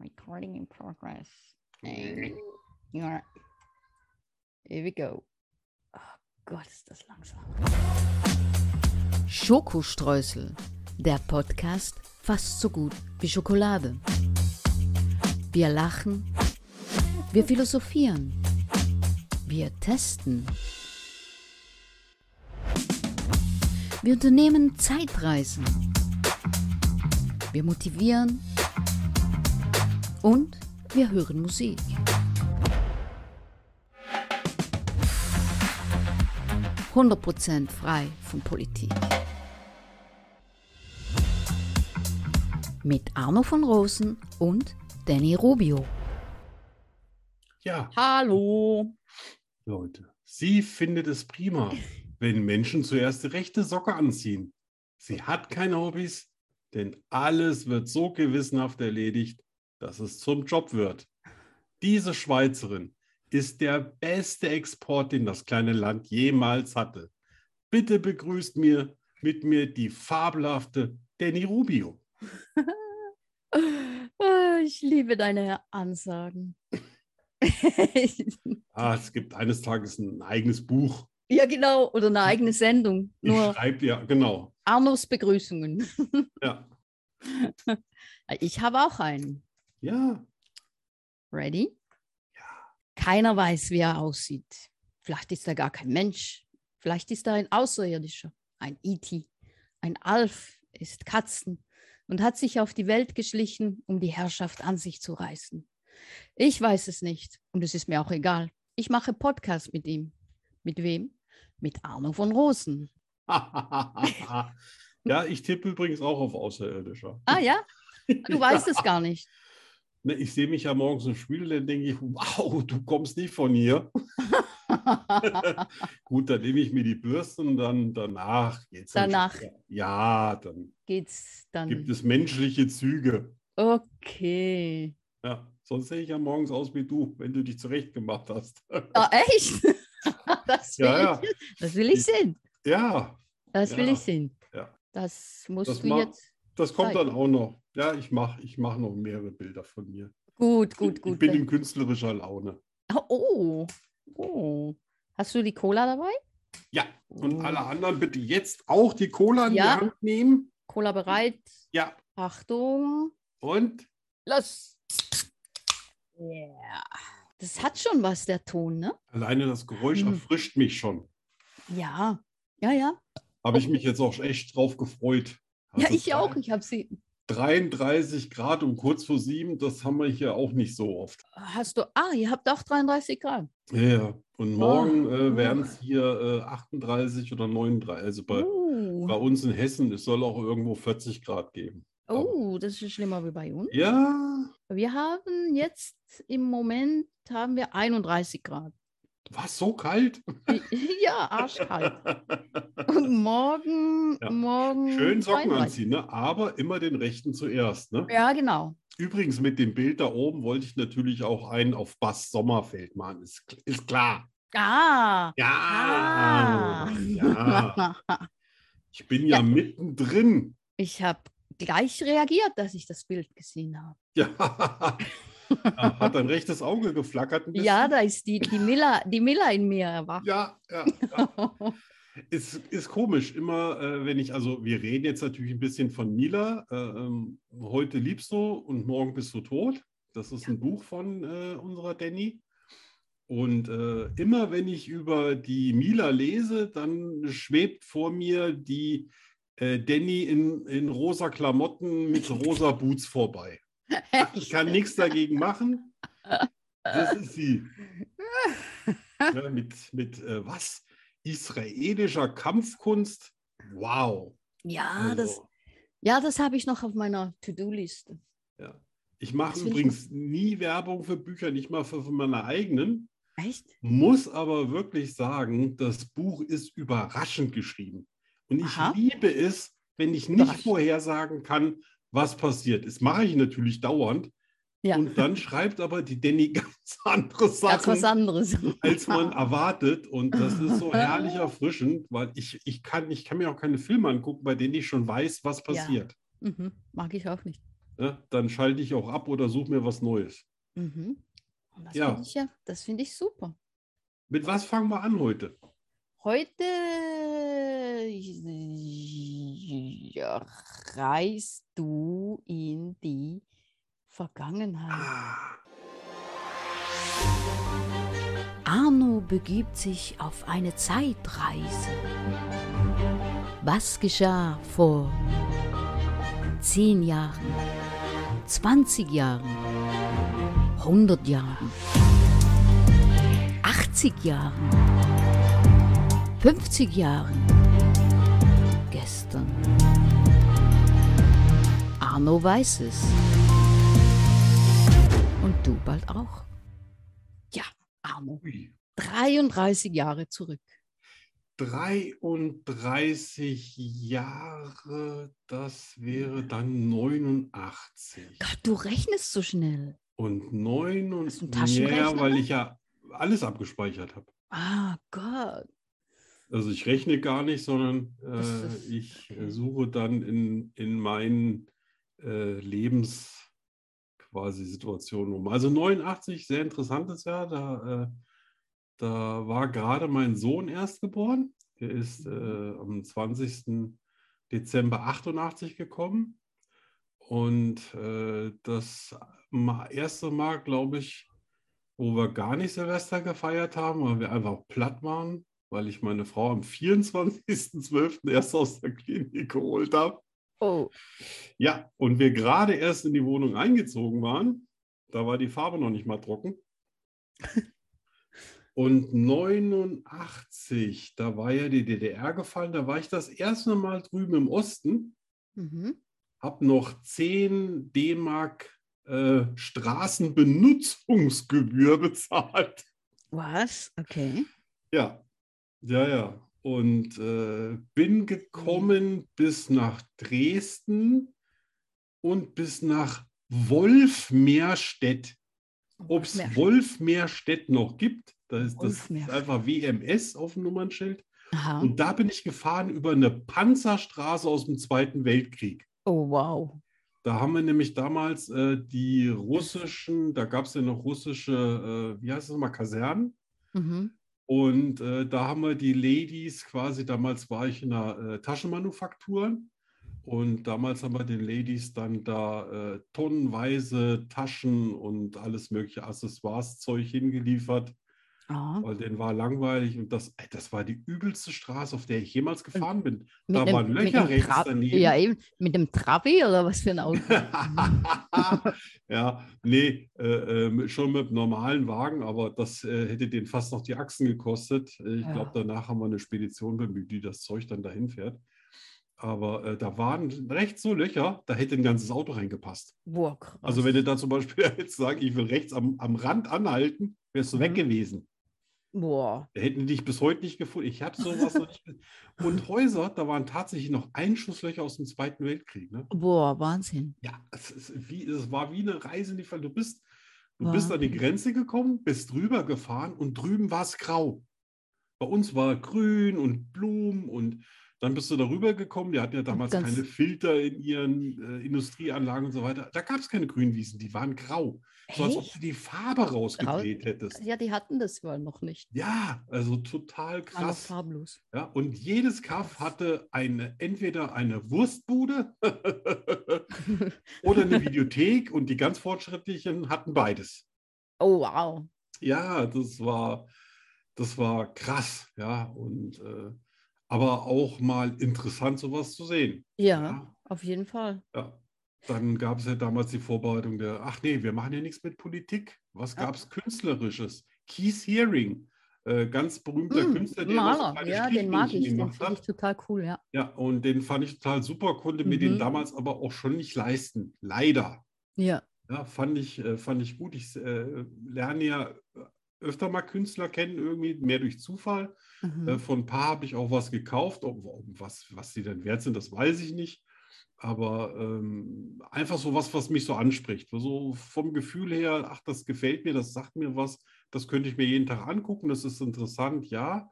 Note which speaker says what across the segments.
Speaker 1: Recording in progress.
Speaker 2: Okay.
Speaker 1: Ey, Junge. Here we go. Oh Gott, ist das langsam.
Speaker 3: Schokostreusel, der Podcast fast so gut wie Schokolade. Wir lachen, wir philosophieren, wir testen. Wir unternehmen Zeitreisen. Wir motivieren und wir hören Musik. Hundert Prozent frei von Politik. Mit Arno von Rosen und Danny Rubio.
Speaker 2: Ja,
Speaker 1: Hallo.
Speaker 2: Leute. Sie findet es prima, wenn Menschen zuerst die rechte Socke anziehen. Sie hat keine Hobbys, denn alles wird so gewissenhaft erledigt, dass es zum Job wird. Diese Schweizerin ist der beste Export, den das kleine Land jemals hatte. Bitte begrüßt mir mit mir die fabelhafte Danny Rubio.
Speaker 3: Ah, Ich liebe deine Ansagen.
Speaker 2: Ah, es gibt eines Tages ein eigenes Buch.
Speaker 3: Ja, genau. Oder eine eigene Sendung.
Speaker 2: Ich
Speaker 3: Nur
Speaker 2: schreibe ja, genau.
Speaker 3: Arnos Begrüßungen.
Speaker 2: Ja,
Speaker 3: Ich habe auch einen.
Speaker 2: ja.
Speaker 3: Ready? Keiner weiß, wie er aussieht. Vielleicht ist er gar kein Mensch. Vielleicht ist er ein Außerirdischer, ein IT. Ein Alf ist Katzen und hat sich auf die Welt geschlichen, um die Herrschaft an sich zu reißen. Ich weiß es nicht und es ist mir auch egal. Ich mache Podcast mit ihm. Mit wem? Mit Arno von Rosen.
Speaker 2: ja, ich tippe übrigens auch auf Außerirdischer.
Speaker 3: Ah ja? Du weißt es gar nicht.
Speaker 2: Ne, Ich sehe mich ja morgens im Spiegel, dann denke ich, wow, du kommst nicht von hier. Gut, dann nehme ich mir die Bürsten und dann danach geht's. dann
Speaker 3: Danach.
Speaker 2: schon- Ja, dann
Speaker 3: Geht's dann?
Speaker 2: gibt es menschliche Züge.
Speaker 3: Okay.
Speaker 2: Ja, sonst sehe ich ja morgens aus wie du, wenn du dich zurecht gemacht hast.
Speaker 3: Ah, echt? Das will,
Speaker 2: Ja, ja,
Speaker 3: Ich, das will ich sehen.
Speaker 2: ja,
Speaker 3: Das will
Speaker 2: Ja.
Speaker 3: ich sehen.
Speaker 2: Ja.
Speaker 3: Das musst
Speaker 2: Das
Speaker 3: du
Speaker 2: ma-
Speaker 3: jetzt.
Speaker 2: das kommt
Speaker 3: Zeig.
Speaker 2: dann auch noch. Ja, ich mache ich mach noch mehrere Bilder von mir.
Speaker 3: Gut, gut,
Speaker 2: Ich
Speaker 3: gut.
Speaker 2: bin in künstlerischer Laune.
Speaker 3: Oh, oh. Hast du die Cola dabei?
Speaker 2: Ja, und alle anderen bitte jetzt auch die Cola in
Speaker 3: Mm. Ja.
Speaker 2: die Hand nehmen.
Speaker 3: Oh. Cola bereit.
Speaker 2: Ja,
Speaker 3: Achtung.
Speaker 2: und
Speaker 3: Los. Yeah. Das hat schon was, der Ton, ne?
Speaker 2: alleine das Geräusch
Speaker 3: Mhm.
Speaker 2: erfrischt mich schon.
Speaker 3: Ja. Ja, ja.
Speaker 2: Habe ich mich jetzt auch echt drauf gefreut.
Speaker 3: Ja,
Speaker 2: Also
Speaker 3: ich auch. Ich habe sie.
Speaker 2: 33 Grad um kurz vor sieben, das haben wir hier auch nicht so oft.
Speaker 3: Hast du. Ah, ihr habt auch 33 Grad.
Speaker 2: Ja, ja. Und morgen
Speaker 3: Oh.
Speaker 2: äh, wären es hier äh, 38 oder 39. Also bei,
Speaker 3: Uh.
Speaker 2: bei uns in Hessen, es soll auch irgendwo 40 Grad geben.
Speaker 3: Oh, das ist schlimmer wie bei uns.
Speaker 2: Ja,
Speaker 3: Wir haben jetzt im Moment haben wir 31 Grad.
Speaker 2: war so kalt.
Speaker 3: Ja, arschkalt. Und morgen,
Speaker 2: Ja.
Speaker 3: morgen.
Speaker 2: Schön Socken
Speaker 3: 32.
Speaker 2: anziehen, ne? aber immer den rechten zuerst. Ne?
Speaker 3: Ja, genau.
Speaker 2: Übrigens, mit dem Bild da oben wollte ich natürlich auch einen auf Bass Sommerfeld machen. Ist, kl- ist klar.
Speaker 3: Ah.
Speaker 2: Ja, ja. Ich bin ja,
Speaker 3: Ja.
Speaker 2: mittendrin.
Speaker 3: Ich habe gleich reagiert, dass ich das Bild gesehen habe.
Speaker 2: Ja. Da Hat dein rechtes Auge geflackert ein bisschen.
Speaker 3: Ja, da ist die, die Miller, die Miller in mir erwacht.
Speaker 2: Ja, ja, ja. Ist, ist komisch, immer äh, wenn ich, also wir reden jetzt natürlich ein bisschen von Mila. Äh, ähm, heute liebst du und morgen bist du tot. Das ist ein Buch von äh, unserer Danny. Und äh, immer wenn ich über die Mila lese, dann schwebt vor mir die äh, Danny in, in rosa Klamotten mit rosa Boots vorbei. Ich kann nichts dagegen machen. Das ist sie. Ja, mit mit äh, was? Israelischer Kampfkunst? Wow.
Speaker 3: Ja, Ah, das,
Speaker 2: Also,
Speaker 3: ja, das habe ich noch auf meiner To-Do-Liste.
Speaker 2: ich mache
Speaker 3: das will ich
Speaker 2: übrigens nie Werbung für Bücher, nicht mal für, für meine eigenen.
Speaker 3: Echt?
Speaker 2: Muss aber wirklich sagen, das Buch ist überraschend geschrieben. Und ich
Speaker 3: Aha.
Speaker 2: liebe es, wenn ich nicht
Speaker 3: Überraschend.
Speaker 2: vorhersagen kann, was passiert ist. Mache ich natürlich dauernd.
Speaker 3: Ja.
Speaker 2: Und dann schreibt aber die Danny ganz andere
Speaker 3: Ganz
Speaker 2: Sachen.
Speaker 3: was anderes.
Speaker 2: als man erwartet. Und das ist so herrlich erfrischend, weil ich, ich, kann, ich kann mir auch keine Filme angucken, bei denen ich schon weiß, was
Speaker 3: Ja.
Speaker 2: passiert.
Speaker 3: Mhm, mag ich auch nicht.
Speaker 2: ne, dann schalte ich auch ab oder suche mir was Neues.
Speaker 3: Mhm. Und das
Speaker 2: Ja.
Speaker 3: finde ich ja, das finde ich super.
Speaker 2: Mit was fangen wir an heute?
Speaker 3: Heute äh, ja, reist du in die
Speaker 2: Ah.
Speaker 3: Vergangenheit.
Speaker 4: Arno begibt sich auf eine Zeitreise. Was geschah vor 10 Jahren, 20 Jahren, 100 Jahren, 80 Jahren, 50 Jahren, gestern? Arno weiß es. Und du bald auch.
Speaker 3: Arno.
Speaker 2: Ui,
Speaker 3: 33 Jahre zurück.
Speaker 2: 33 Jahre, das wäre dann 89.
Speaker 3: Gott, du rechnest so schnell.
Speaker 2: Und 9
Speaker 3: Hast du einen
Speaker 2: und
Speaker 3: Taschenrechner
Speaker 2: mehr, weil ich ja alles abgespeichert habe.
Speaker 3: Ah, Gott.
Speaker 2: Also ich rechne gar nicht, sondern
Speaker 3: Das
Speaker 2: äh,
Speaker 3: ist-
Speaker 2: ich äh,
Speaker 3: okay.
Speaker 2: suche dann in, in meinen äh, Lebens quasi Situationen um. Also 89, sehr interessantes Jahr. Da, äh, da war gerade mein Sohn erst geboren. Der ist
Speaker 3: Mhm.
Speaker 2: äh, am 20. Dezember 88 gekommen. Und äh, das ma- erste Mal, glaube ich, wo wir gar nicht Silvester gefeiert haben, weil wir einfach platt waren, weil ich meine Frau am 24.12. erst aus der Klinik geholt habe.
Speaker 3: Oh,
Speaker 2: Ja, und wir gerade erst in die Wohnung eingezogen waren, da war die Farbe noch nicht mal trocken. Und 89, da war ja die DDR gefallen, da war ich das erste Mal drüben im Osten,
Speaker 3: mhm.
Speaker 2: habe noch 10 D-Mark äh, Straßenbenutzungsgebühr bezahlt.
Speaker 3: was? Okay.
Speaker 2: Ja, ja, ja. Und äh, bin gekommen bis nach Dresden und bis nach Wolfmeerstedt. Ob es
Speaker 3: Wolfmeerstedt.
Speaker 2: Wolfmeerstedt noch gibt, da ist das ist
Speaker 3: Wolfmeerstedt.
Speaker 2: einfach WMS auf dem Nummernschild.
Speaker 3: Aha.
Speaker 2: Und da bin ich gefahren über eine Panzerstraße aus dem Zweiten Weltkrieg.
Speaker 3: Oh, wow.
Speaker 2: Da haben wir nämlich damals äh, die russischen, da gab es ja noch russische, äh, wie heißt das mal, Kasernen.
Speaker 3: Mhm.
Speaker 2: Und äh, da haben wir die Ladies quasi, damals war ich in einer äh, Taschenmanufaktur und damals haben wir den Ladies dann da äh, tonnenweise Taschen und alles mögliche Accessoires-Zeug hingeliefert,
Speaker 3: Ah.
Speaker 2: weil denen war langweilig und das, ey, das war die übelste Straße, auf der ich jemals gefahren bin. Da
Speaker 3: einem-
Speaker 2: waren
Speaker 3: mit
Speaker 2: Löcher
Speaker 3: einem
Speaker 2: rechts
Speaker 3: Tra-
Speaker 2: daneben.
Speaker 3: Ja, eben. Mit dem Trabi oder was für ein Auto?
Speaker 2: ja, nee, äh, ähm, schon mit einem normalen Wagen, aber das äh, hätte den fast noch die Achsen gekostet. Äh, ich
Speaker 3: Ja.
Speaker 2: glaube, danach haben wir eine Spedition bemüht, die das Zeug dann dahin fährt. Aber äh, da waren rechts so Löcher, da hätte ein ganzes Auto reingepasst.
Speaker 3: Boah, krass.
Speaker 2: Also wenn du da zum Beispiel jetzt sagst, ich will rechts am, am Rand anhalten, wärst du
Speaker 3: Mhm.
Speaker 2: weg gewesen.
Speaker 3: Boah.
Speaker 2: Da hätten die dich bis heute nicht gefunden. Ich habe sowas noch nicht. ge- Und Häuser, da waren tatsächlich noch Einschusslöcher aus dem Zweiten Weltkrieg. Ne?
Speaker 3: Boah, Wahnsinn.
Speaker 2: Ja, es, ist wie, es war wie eine Reise in die Fall. Du bist, du bist
Speaker 3: Wow.
Speaker 2: an die Grenze gekommen, bist drüber gefahren und drüben war es grau. Bei uns war grün und Blumen und dann bist du darüber gekommen. Die hatten ja damals
Speaker 3: ganz-
Speaker 2: keine Filter in ihren äh, Industrieanlagen und so weiter. Da gab es keine Grünwiesen, die waren grau. So als ob
Speaker 3: Echt?
Speaker 2: du die Farbe rausgedreht hättest.
Speaker 3: Ja, die hatten das wohl noch nicht.
Speaker 2: Ja, also total
Speaker 3: Waren noch
Speaker 2: krass.
Speaker 3: farblos.
Speaker 2: Ja, und jedes Kaff hatte eine, entweder eine Wurstbude oder eine Videothek und die ganz Fortschrittlichen hatten beides.
Speaker 3: Oh, wow.
Speaker 2: Ja, das war, das war krass, ja, und äh, aber auch mal interessant, sowas zu sehen.
Speaker 3: Ja, auf jeden Fall.
Speaker 2: ja. Dann gab es ja damals die Vorbereitung der, ach nee, wir machen ja nichts mit Politik. Was
Speaker 3: Ja.
Speaker 2: gab es Künstlerisches? Keith Haring, äh, ganz berühmter
Speaker 3: Mm,
Speaker 2: Künstler, der immer so
Speaker 3: Maler,
Speaker 2: kleine
Speaker 3: ja, den mag
Speaker 2: Strichmännchen
Speaker 3: ich. Den
Speaker 2: gemacht
Speaker 3: finde
Speaker 2: hat.
Speaker 3: ich total cool, ja.
Speaker 2: Ja, und den fand ich total super, konnte mir den
Speaker 3: Mhm.
Speaker 2: damals aber auch schon nicht leisten. Leider.
Speaker 3: Ja,
Speaker 2: Ja, fand ich, äh, fand ich gut. Ich äh, lerne ja öfter mal Künstler kennen, irgendwie mehr durch Zufall.
Speaker 3: mhm.
Speaker 2: Äh, von ein paar habe ich auch was gekauft. Ob, ob was, was die dann wert sind, das weiß ich nicht. Aber ähm, einfach so was, was mich so anspricht. So vom Gefühl her, ach, das gefällt mir, das sagt mir was, das könnte ich mir jeden Tag angucken, das ist interessant, ja.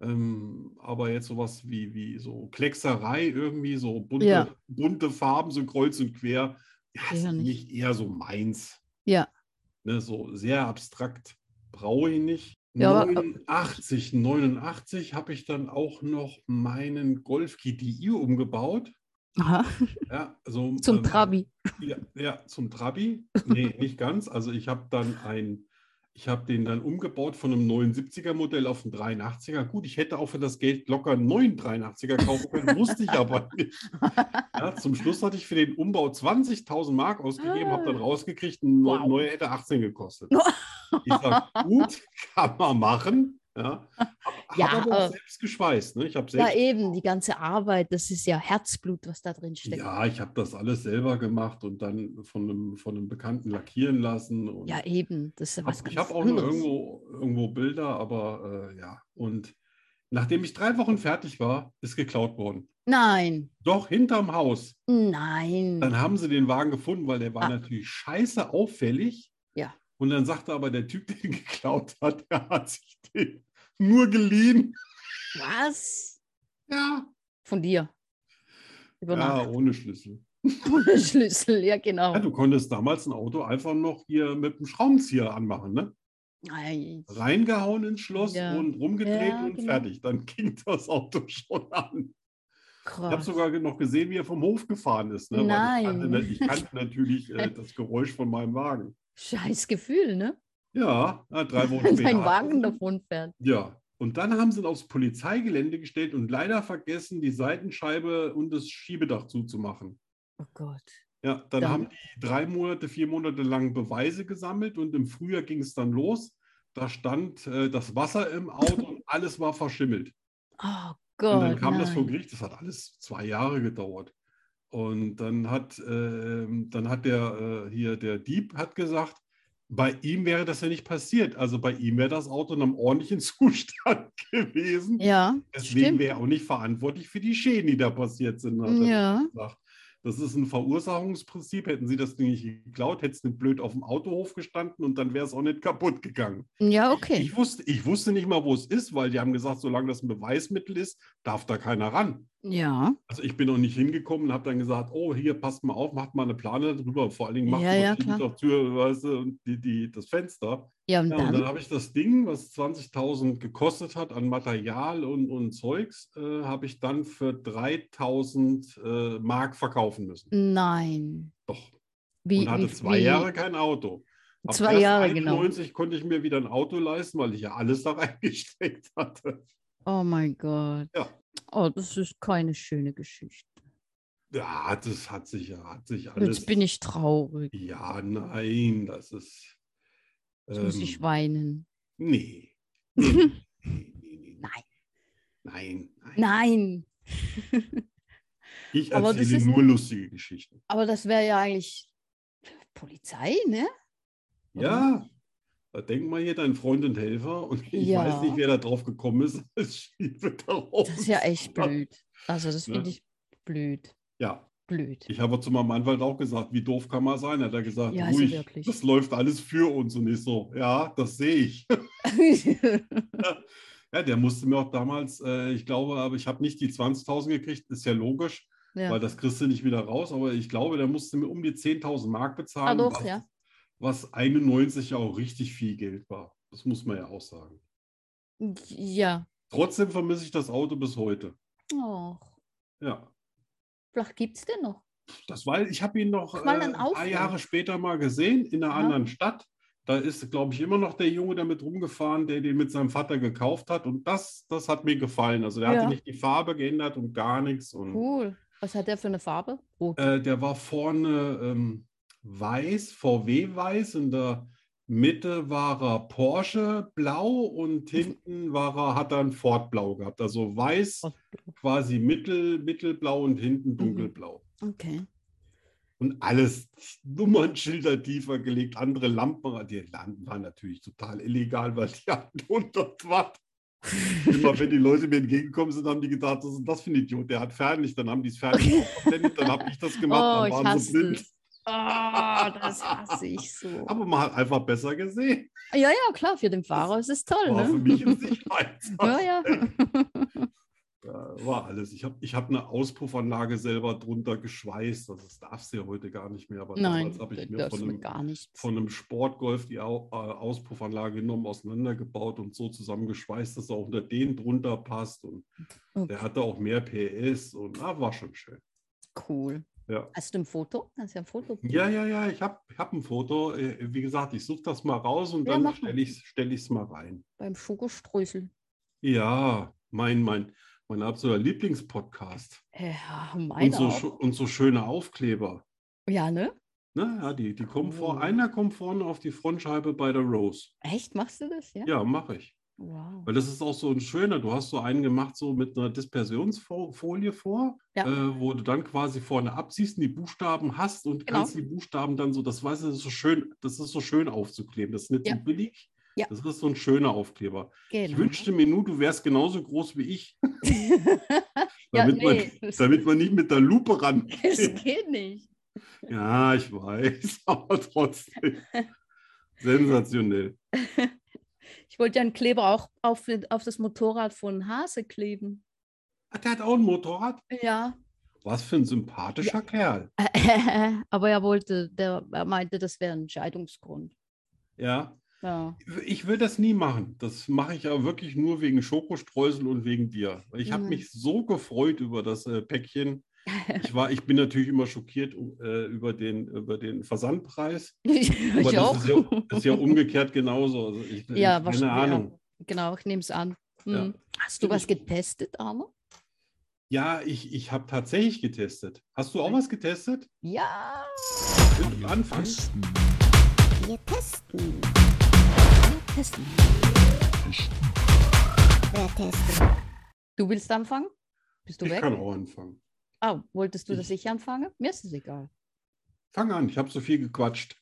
Speaker 2: Ähm, aber jetzt sowas wie, wie so Kleckserei, irgendwie so bunte,
Speaker 3: Ja.
Speaker 2: bunte Farben, so kreuz und quer, ja, es ist nicht eher so meins.
Speaker 3: Ja.
Speaker 2: Ne, so sehr abstrakt brauche ich nicht.
Speaker 3: Ja, aber- äh,
Speaker 2: 89, 89 habe ich dann auch noch meinen Golf GTI umgebaut.
Speaker 3: Aha.
Speaker 2: Ja, so,
Speaker 3: Zum
Speaker 2: ähm,
Speaker 3: Trabi.
Speaker 2: Ja, ja, zum Trabi. Nee, nicht ganz. Also ich habe dann ein, ich habe den dann umgebaut von einem 79er Modell auf einen 83er. Gut, ich hätte auch für das Geld locker einen neuen 83er kaufen können, musste ich aber nicht. Ja, zum Schluss hatte ich für den Umbau 20.000 Mark ausgegeben, habe dann rausgekriegt, ein neu-
Speaker 3: Ah. Wow.
Speaker 2: neuer hätte 18 gekostet. Ich sage, gut, kann man machen. Ja, hab,
Speaker 3: Ja,
Speaker 2: hab aber auch
Speaker 3: aber-
Speaker 2: selbst geschweißt. Ne? Ich habe selbst
Speaker 3: Ja, eben, die ganze Arbeit, das ist ja Herzblut, was da drin steckt.
Speaker 2: Ja, ich habe das alles selber gemacht und dann von einem, von einem Bekannten lackieren lassen. Und
Speaker 3: Ja, eben, das ist ja
Speaker 2: hab,
Speaker 3: was
Speaker 2: ich
Speaker 3: ganz
Speaker 2: habe auch nur
Speaker 3: anderes.
Speaker 2: irgendwo, irgendwo Bilder, aber äh, ja. Und nachdem ich drei Wochen fertig war, ist geklaut worden.
Speaker 3: Nein,
Speaker 2: Doch hinterm Haus.
Speaker 3: nein.
Speaker 2: Dann haben sie den Wagen gefunden, weil der war
Speaker 3: Ah.
Speaker 2: natürlich scheiße auffällig.
Speaker 3: Ja.
Speaker 2: Und dann sagte aber der Typ, der ihn geklaut hat, der hat sich den nur geliehen.
Speaker 3: Was?
Speaker 2: Ja,
Speaker 3: Von dir. Über
Speaker 2: ja Also
Speaker 3: Nacht.
Speaker 2: ohne Schlüssel.
Speaker 3: Ohne Schlüssel, ja,
Speaker 2: Ja,
Speaker 3: genau.
Speaker 2: du konntest damals ein Auto einfach noch hier mit dem Schraubenzieher anmachen, ne?
Speaker 3: Nein.
Speaker 2: reingehauen ins Schloss
Speaker 3: Ja.
Speaker 2: und rumgedreht
Speaker 3: Ja,
Speaker 2: und
Speaker 3: genau.
Speaker 2: fertig. Dann ging das Auto schon an. Ich habe
Speaker 3: Krass.
Speaker 2: sogar noch gesehen, wie er vom Hof gefahren ist. Ne? Weil Ich,
Speaker 3: Nein.
Speaker 2: kannte, ich kannte natürlich äh, das Geräusch von meinem Wagen.
Speaker 3: Scheiß Gefühl, ne?
Speaker 2: Ja, na, drei Wochen
Speaker 3: Wenn
Speaker 2: später.
Speaker 3: dein Wagen davon fährt.
Speaker 2: Ja. Und dann haben sie ihn aufs Polizeigelände gestellt und leider vergessen, die Seitenscheibe und das Schiebedach zuzumachen.
Speaker 3: Oh Gott.
Speaker 2: Ja, dann,
Speaker 3: Dann-
Speaker 2: haben die drei Monate, vier Monate lang Beweise gesammelt und im Frühjahr ging es dann los. Da stand äh, das Wasser im Auto und alles war verschimmelt.
Speaker 3: Oh
Speaker 2: Und
Speaker 3: Gott.
Speaker 2: dann kam das vor
Speaker 3: nein.
Speaker 2: Gericht, das hat alles zwei Jahre gedauert. Und dann hat, ähm, dann hat der äh, hier, der Dieb hat gesagt, bei ihm wäre das ja nicht passiert. Also bei ihm wäre das Auto in einem ordentlichen Zustand gewesen.
Speaker 3: Ja,
Speaker 2: Deswegen
Speaker 3: stimmt.
Speaker 2: wäre er auch nicht verantwortlich für die Schäden, die da passiert sind. Hat er
Speaker 3: ja.
Speaker 2: gesagt. Das ist ein Verursachungsprinzip. Hätten sie das Ding nicht geklaut, hätte es nicht blöd auf dem Autohof gestanden und dann wäre es auch nicht kaputt gegangen.
Speaker 3: ja, okay.
Speaker 2: Ich wusste, ich wusste nicht mal, wo es ist, weil die haben gesagt, solange das ein Beweismittel ist, darf da keiner ran.
Speaker 3: Ja,
Speaker 2: Also ich bin noch nicht hingekommen und habe dann gesagt, oh, hier, passt mal auf, macht mal eine Plane drüber. Vor allen Dingen macht
Speaker 3: Ja,
Speaker 2: mal
Speaker 3: ja,
Speaker 2: die
Speaker 3: klar.
Speaker 2: Hintertür, weißt du, und die, die, das Fenster.
Speaker 3: ja, und
Speaker 2: Ja, und
Speaker 3: dann?
Speaker 2: dann habe ich das Ding, was 20.000 gekostet hat an Material und, und Zeugs, äh, habe ich dann für 3.000 äh, Mark verkaufen müssen.
Speaker 3: Nein.
Speaker 2: Doch.
Speaker 3: Wie,
Speaker 2: und hatte
Speaker 3: wie,
Speaker 2: zwei
Speaker 3: wie,
Speaker 2: Jahre kein Auto. Ab
Speaker 3: Zwei
Speaker 2: erst
Speaker 3: Jahre, genau.
Speaker 2: 91 konnte ich mir wieder ein Auto leisten, weil ich ja alles da reingesteckt hatte.
Speaker 3: Oh mein Gott.
Speaker 2: Ja.
Speaker 3: Oh, das ist keine schöne Geschichte.
Speaker 2: Ja, das hat sich ja, hat sich alles.
Speaker 3: Jetzt bin ich traurig.
Speaker 2: Ja, nein, das ist.
Speaker 3: Jetzt muss ich
Speaker 2: ähm,
Speaker 3: weinen.
Speaker 2: nee. Nee, nee, nee, nee, nee.
Speaker 3: Nein.
Speaker 2: Nein, nein.
Speaker 3: Nein.
Speaker 2: Ich
Speaker 3: aber das
Speaker 2: erzähle
Speaker 3: ist-
Speaker 2: nur lustige Geschichten.
Speaker 3: Aber das wäre ja eigentlich Polizei, ne? Oder
Speaker 2: Ja, da denk mal hier dein Freund und Helfer und ich
Speaker 3: Ja.
Speaker 2: weiß nicht, wer da drauf gekommen ist. Es schiebe darauf.
Speaker 3: Das ist ja echt blöd. Also das
Speaker 2: Ne?
Speaker 3: finde ich blöd.
Speaker 2: Ja,
Speaker 3: Blöd.
Speaker 2: ich habe zu meinem Anwalt auch gesagt, wie doof kann man sein? Hat er gesagt,
Speaker 3: Ja, also
Speaker 2: ruhig,
Speaker 3: wirklich.
Speaker 2: das läuft alles für uns und ich so, ja, das sehe ich. Ja, der musste mir auch damals, äh, ich glaube, aber ich habe nicht die 20.000 gekriegt, ist ja logisch, weil
Speaker 3: ja.
Speaker 2: das kriegst du nicht wieder raus, aber ich glaube, der musste mir um die 10.000 Mark
Speaker 3: Ah,
Speaker 2: bezahlen,
Speaker 3: doch,
Speaker 2: was,
Speaker 3: ja.
Speaker 2: was 91 ja auch richtig viel Geld war. Das muss man ja auch sagen.
Speaker 3: Ja.
Speaker 2: Trotzdem vermisse ich das Auto bis heute.
Speaker 3: Och,
Speaker 2: Ja,
Speaker 3: vielleicht gibt es den noch.
Speaker 2: das war, ich habe ihn noch äh,
Speaker 3: Mach mal einen
Speaker 2: ein paar
Speaker 3: Aufruf.
Speaker 2: Jahre später mal gesehen in einer
Speaker 3: Aha.
Speaker 2: anderen Stadt. Da ist, glaube ich, immer noch der Junge damit rumgefahren, der den mit seinem Vater gekauft hat. Und das, das hat mir gefallen. Also der
Speaker 3: Ja.
Speaker 2: hatte nicht die Farbe geändert und gar nichts. Und,
Speaker 3: Cool. Was hat der für eine Farbe? Rot.
Speaker 2: Hm. Äh, der war vorne ähm, weiß, VW-weiß, in der Mitte war er Porsche blau und
Speaker 3: Mhm.
Speaker 2: hinten war er, hat er ein Ford blau gehabt. Also weiß, quasi mittel, mittelblau und
Speaker 3: Mhm.
Speaker 2: hinten dunkelblau.
Speaker 3: Okay.
Speaker 2: Und alles Nummernschilder tiefer gelegt, andere Lampen. Die Lampen waren natürlich total illegal, weil die hatten 100 Watt. Immer wenn die Leute mir entgegengekommen sind, haben die gedacht, das ist das für ein Idiot, der hat Fernlicht. Dann haben die es Fernlicht aufgeblendet, dann habe ich das
Speaker 3: Oh,
Speaker 2: gemacht,
Speaker 3: ich
Speaker 2: dann waren sie
Speaker 3: hasse
Speaker 2: blind.
Speaker 3: das. Oh, das hasse ich so.
Speaker 2: Aber man hat einfach besser gesehen.
Speaker 3: Ja, ja, klar, für den Fahrer ist es toll,
Speaker 2: War für
Speaker 3: ne?
Speaker 2: mich in Sicherheit.
Speaker 3: Ja, ja.
Speaker 2: Da war alles. Ich habe ich hab eine Auspuffanlage selber drunter geschweißt. Also das darfst du ja heute gar nicht mehr. Aber
Speaker 3: Nein,
Speaker 2: damals habe ich mir
Speaker 3: das
Speaker 2: von
Speaker 3: wird
Speaker 2: einem,
Speaker 3: gar nicht.
Speaker 2: von einem Sportgolf die Au äh, Auspuffanlage genommen, auseinandergebaut und so zusammengeschweißt, dass er auch unter den drunter passt. Und
Speaker 3: Okay.
Speaker 2: der hatte auch mehr PS und ah, war schon schön.
Speaker 3: Cool.
Speaker 2: Ja.
Speaker 3: Hast du ein Foto? Hast du ein Foto?
Speaker 2: Ja, ja, ja, ich habe ich hab ein Foto. Äh, Wie gesagt, ich suche das mal raus und
Speaker 3: Ja,
Speaker 2: dann
Speaker 3: mach mal.
Speaker 2: stelle ich es stell ich's mal rein.
Speaker 3: Beim Schokoströßel.
Speaker 2: Ja, mein, mein, mein absoluter Lieblingspodcast.
Speaker 3: Ja,
Speaker 2: Und
Speaker 3: meiner
Speaker 2: so,
Speaker 3: auch.
Speaker 2: scho- und so schöne Aufkleber.
Speaker 3: Ja, ne?
Speaker 2: Ne? Ja, die, die kommen vor,
Speaker 3: Oh.
Speaker 2: einer kommt vorne auf die Frontscheibe bei der Rose.
Speaker 3: Echt? Machst du das? Ja.
Speaker 2: Ja, mache ich.
Speaker 3: Wow.
Speaker 2: Weil das ist auch so ein schöner, du hast so einen gemacht, so mit einer Dispersionsfolie vor,
Speaker 3: Ja.
Speaker 2: äh, wo du dann quasi vorne absiehst und die Buchstaben hast und
Speaker 3: Genau.
Speaker 2: kannst die Buchstaben dann so, das weißt du, das ist so schön, das ist so schön aufzukleben. Das ist nicht
Speaker 3: Ja.
Speaker 2: so billig.
Speaker 3: Ja.
Speaker 2: Das ist so ein schöner Aufkleber. Ich
Speaker 3: Genau.
Speaker 2: wünschte mir nur, du wärst genauso groß wie ich,
Speaker 3: Ja,
Speaker 2: damit,
Speaker 3: nee,
Speaker 2: man,
Speaker 3: das-
Speaker 2: damit man nicht mit der Lupe ran.
Speaker 3: das geht nicht.
Speaker 2: Ja, ich weiß, aber trotzdem. Sensationell.
Speaker 3: Ich wollte ja einen Kleber auch auf, auf das Motorrad von Hase kleben.
Speaker 2: Ah, der hat auch ein Motorrad.
Speaker 3: Ja.
Speaker 2: Was für ein sympathischer Kerl.
Speaker 3: Aber er wollte, der, er meinte, das wäre ein Scheidungsgrund.
Speaker 2: Ja.
Speaker 3: Ja.
Speaker 2: Ich will das nie machen. Das mache ich ja wirklich nur wegen Schokostreusel und wegen dir. Weil Ich habe
Speaker 3: Nein.
Speaker 2: mich so gefreut über das äh, Päckchen. Ich, war, ich bin natürlich immer schockiert äh, über, den, über den Versandpreis.
Speaker 3: Ich,
Speaker 2: Aber das
Speaker 3: auch.
Speaker 2: Ist, ja, das ist ja umgekehrt genauso. Also ich,
Speaker 3: Ja,
Speaker 2: keine
Speaker 3: wahrscheinlich, ja.
Speaker 2: Ahnung.
Speaker 3: Genau, ich nehme es an. Hm.
Speaker 2: Ja.
Speaker 3: Hast du was getestet, Arno?
Speaker 2: Ja, ich, ich habe tatsächlich getestet. Hast du auch was getestet?
Speaker 3: Ja.
Speaker 2: Willst du anfangen?
Speaker 4: Wir testen. Wir testen.
Speaker 3: Du willst anfangen? Bist du
Speaker 2: Ich
Speaker 3: weg?
Speaker 2: kann auch anfangen.
Speaker 3: Ah, wolltest du, dass
Speaker 2: Ich-
Speaker 3: ich anfange? Mir ist es egal.
Speaker 2: Fang an, ich habe so viel gequatscht.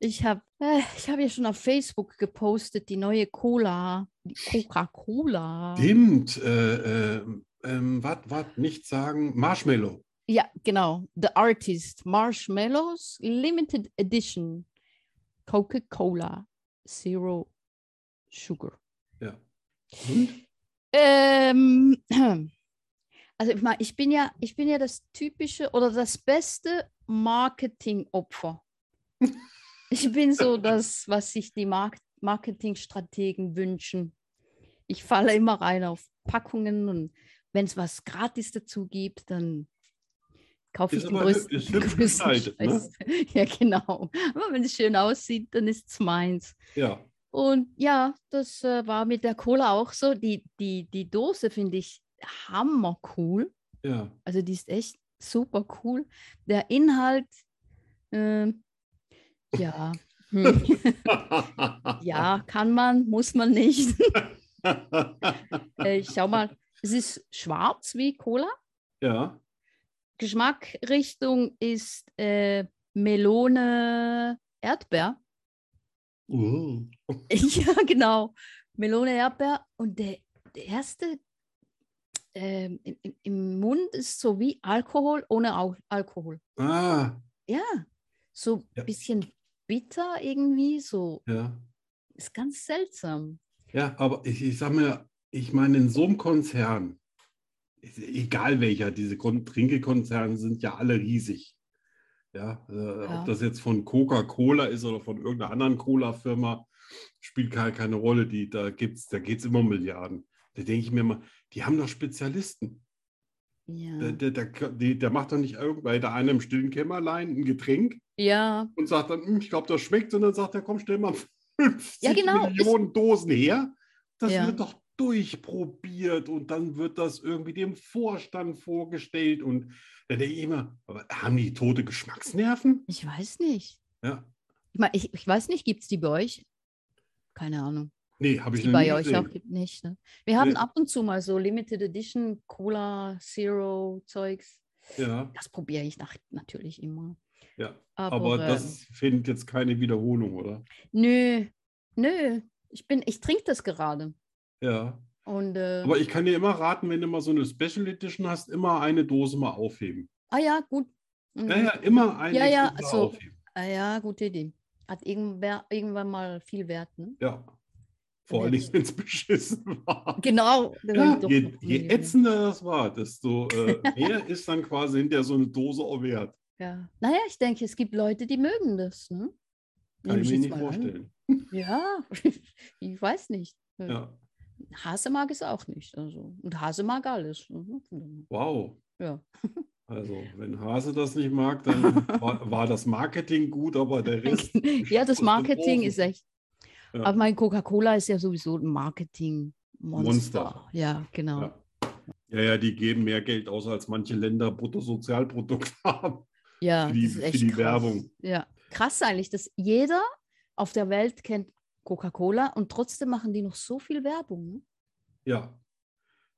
Speaker 3: ich habe äh, ich hab ja schon auf Facebook gepostet, die neue Cola, die Coca-Cola.
Speaker 2: Dimmt, äh, äh, ähm, wat, wat, nicht sagen, Marshmallow.
Speaker 3: Ja, genau. The Artist Marshmallows Limited Edition Coca-Cola Zero Sugar.
Speaker 2: Ja. Und?
Speaker 3: Ähm, also ich meine, ich bin ja, ich bin ja das typische oder das beste Marketingopfer. Ich bin so das, was sich die Mark Marketingstrategen wünschen. Ich falle immer rein auf Packungen und wenn es was gratis dazu gibt, dann kaufe
Speaker 2: Ist
Speaker 3: ich den
Speaker 2: aber hü-
Speaker 3: größten,
Speaker 2: ist
Speaker 3: den
Speaker 2: hübsch
Speaker 3: größten
Speaker 2: gestaltet, ne?
Speaker 3: Scheiß. Ja, genau. Aber wenn es schön aussieht, dann ist es meins.
Speaker 2: Ja.
Speaker 3: Und ja, das äh, war mit der Cola auch so. Die, die, die Dose finde ich hammer cool.
Speaker 2: Ja,
Speaker 3: Also die ist echt super cool. Der Inhalt, ähm, ja, hm, ja, kann man, muss man nicht. äh, ich schau mal, es ist schwarz wie Cola.
Speaker 2: ja,
Speaker 3: Geschmackrichtung ist äh, Melone, Erdbeer. Oh.
Speaker 2: uh,
Speaker 3: Ja, genau. Melone, Erdbeer. Und der, der erste ähm, im, im- im Mund ist so wie Alkohol ohne Au Alkohol.
Speaker 2: ah,
Speaker 3: Ja, so ein
Speaker 2: Ja.
Speaker 3: bisschen bitter irgendwie. So
Speaker 2: ja,
Speaker 3: ist ganz seltsam.
Speaker 2: ja, aber ich, ich sag mir, ich meine, in so einem Konzern, ist egal welcher, diese Kon- Trinkekonzerne sind ja alle riesig. Ja, äh,
Speaker 3: Ja.
Speaker 2: ob das jetzt von Coca-Cola ist oder von irgendeiner anderen Cola-Firma, spielt keine, keine Rolle. Die, da gibt's, da geht es immer um Milliarden. Da denke ich mir mal, die haben doch Spezialisten.
Speaker 3: Ja.
Speaker 2: Der, der, der, die- der macht doch nicht irgendwann der eine im stillen Kämmerlein ein Getränk
Speaker 3: Ja,
Speaker 2: und sagt dann, "Hm, ich glaube, das schmeckt. Und dann sagt er, komm, stell mal 50
Speaker 3: Ja, genau.
Speaker 2: Millionen Dosen her. Das
Speaker 3: Ja.
Speaker 2: wird doch durchprobiert und dann wird das irgendwie dem Vorstand vorgestellt. Und da denke ich immer, aber haben die tote Geschmacksnerven?
Speaker 3: ich weiß nicht.
Speaker 2: Ja.
Speaker 3: Ich meine, ich, ich weiß nicht, gibt es die bei euch? Keine Ahnung.
Speaker 2: Nee, habe ich
Speaker 3: Die
Speaker 2: noch nie
Speaker 3: bei euch auch
Speaker 2: gesehen.
Speaker 3: gibt nicht. Ne? Wir haben
Speaker 2: Nee.
Speaker 3: ab und zu mal so Limited Edition Cola, Zero Zeugs.
Speaker 2: Ja,
Speaker 3: Das probiere ich nach, natürlich immer.
Speaker 2: ja.
Speaker 3: Aber,
Speaker 2: Aber
Speaker 3: äh,
Speaker 2: das findet jetzt keine Wiederholung, oder?
Speaker 3: Nö, nö. Ich bin, ich trinke das gerade.
Speaker 2: Ja.
Speaker 3: Und äh,
Speaker 2: Aber ich kann dir immer raten, wenn du mal so eine Special Edition hast, immer eine Dose mal aufheben.
Speaker 3: ah ja, gut. Mhm.
Speaker 2: Ja, ja, immer eine
Speaker 3: Ja, ja,
Speaker 2: Dose
Speaker 3: also-
Speaker 2: aufheben.
Speaker 3: Ah ja, gute Idee. Hat irgendwer, irgendwann mal viel Wert, ne?
Speaker 2: Ja. Vor allem, wenn es beschissen war.
Speaker 1: Genau. das
Speaker 2: Ja,
Speaker 1: hab ich doch
Speaker 2: je,
Speaker 1: noch
Speaker 2: je
Speaker 1: nie gesehen.
Speaker 2: ätzender das war, desto äh, mehr ist dann quasi hinter so eine Dose auch wert.
Speaker 1: Ja.
Speaker 3: Naja, ich denke, es gibt Leute, die mögen das. Ne?
Speaker 2: Kann
Speaker 3: Nehm
Speaker 2: ich mir
Speaker 3: jetzt
Speaker 2: nicht
Speaker 3: mal ne? an.
Speaker 2: vorstellen.
Speaker 3: Ja, ich weiß nicht.
Speaker 2: Ja.
Speaker 3: Hase mag es auch nicht. Also. Und Hase mag alles. Mhm.
Speaker 2: Wow.
Speaker 3: Ja.
Speaker 2: Also, wenn Hase das nicht mag, dann war, war das Marketing gut, aber der Rest.
Speaker 3: Ja, das
Speaker 2: Aus dem
Speaker 3: Marketing
Speaker 2: Ofen.
Speaker 3: ist echt.
Speaker 2: Ja.
Speaker 3: Aber mein Coca-Cola ist ja sowieso ein Marketing-Monster.
Speaker 2: Monster.
Speaker 3: Ja, genau.
Speaker 2: Ja. ja, ja, die geben mehr Geld aus, als manche Länder Bruttosozialprodukt haben.
Speaker 3: Ja,
Speaker 2: Für die-
Speaker 3: das ist
Speaker 2: für
Speaker 3: echt
Speaker 2: die
Speaker 3: krass.
Speaker 2: Werbung.
Speaker 3: Ja, krass eigentlich, dass jeder auf der Welt kennt Coca-Cola und trotzdem machen die noch so viel Werbung. Ne?
Speaker 2: Ja.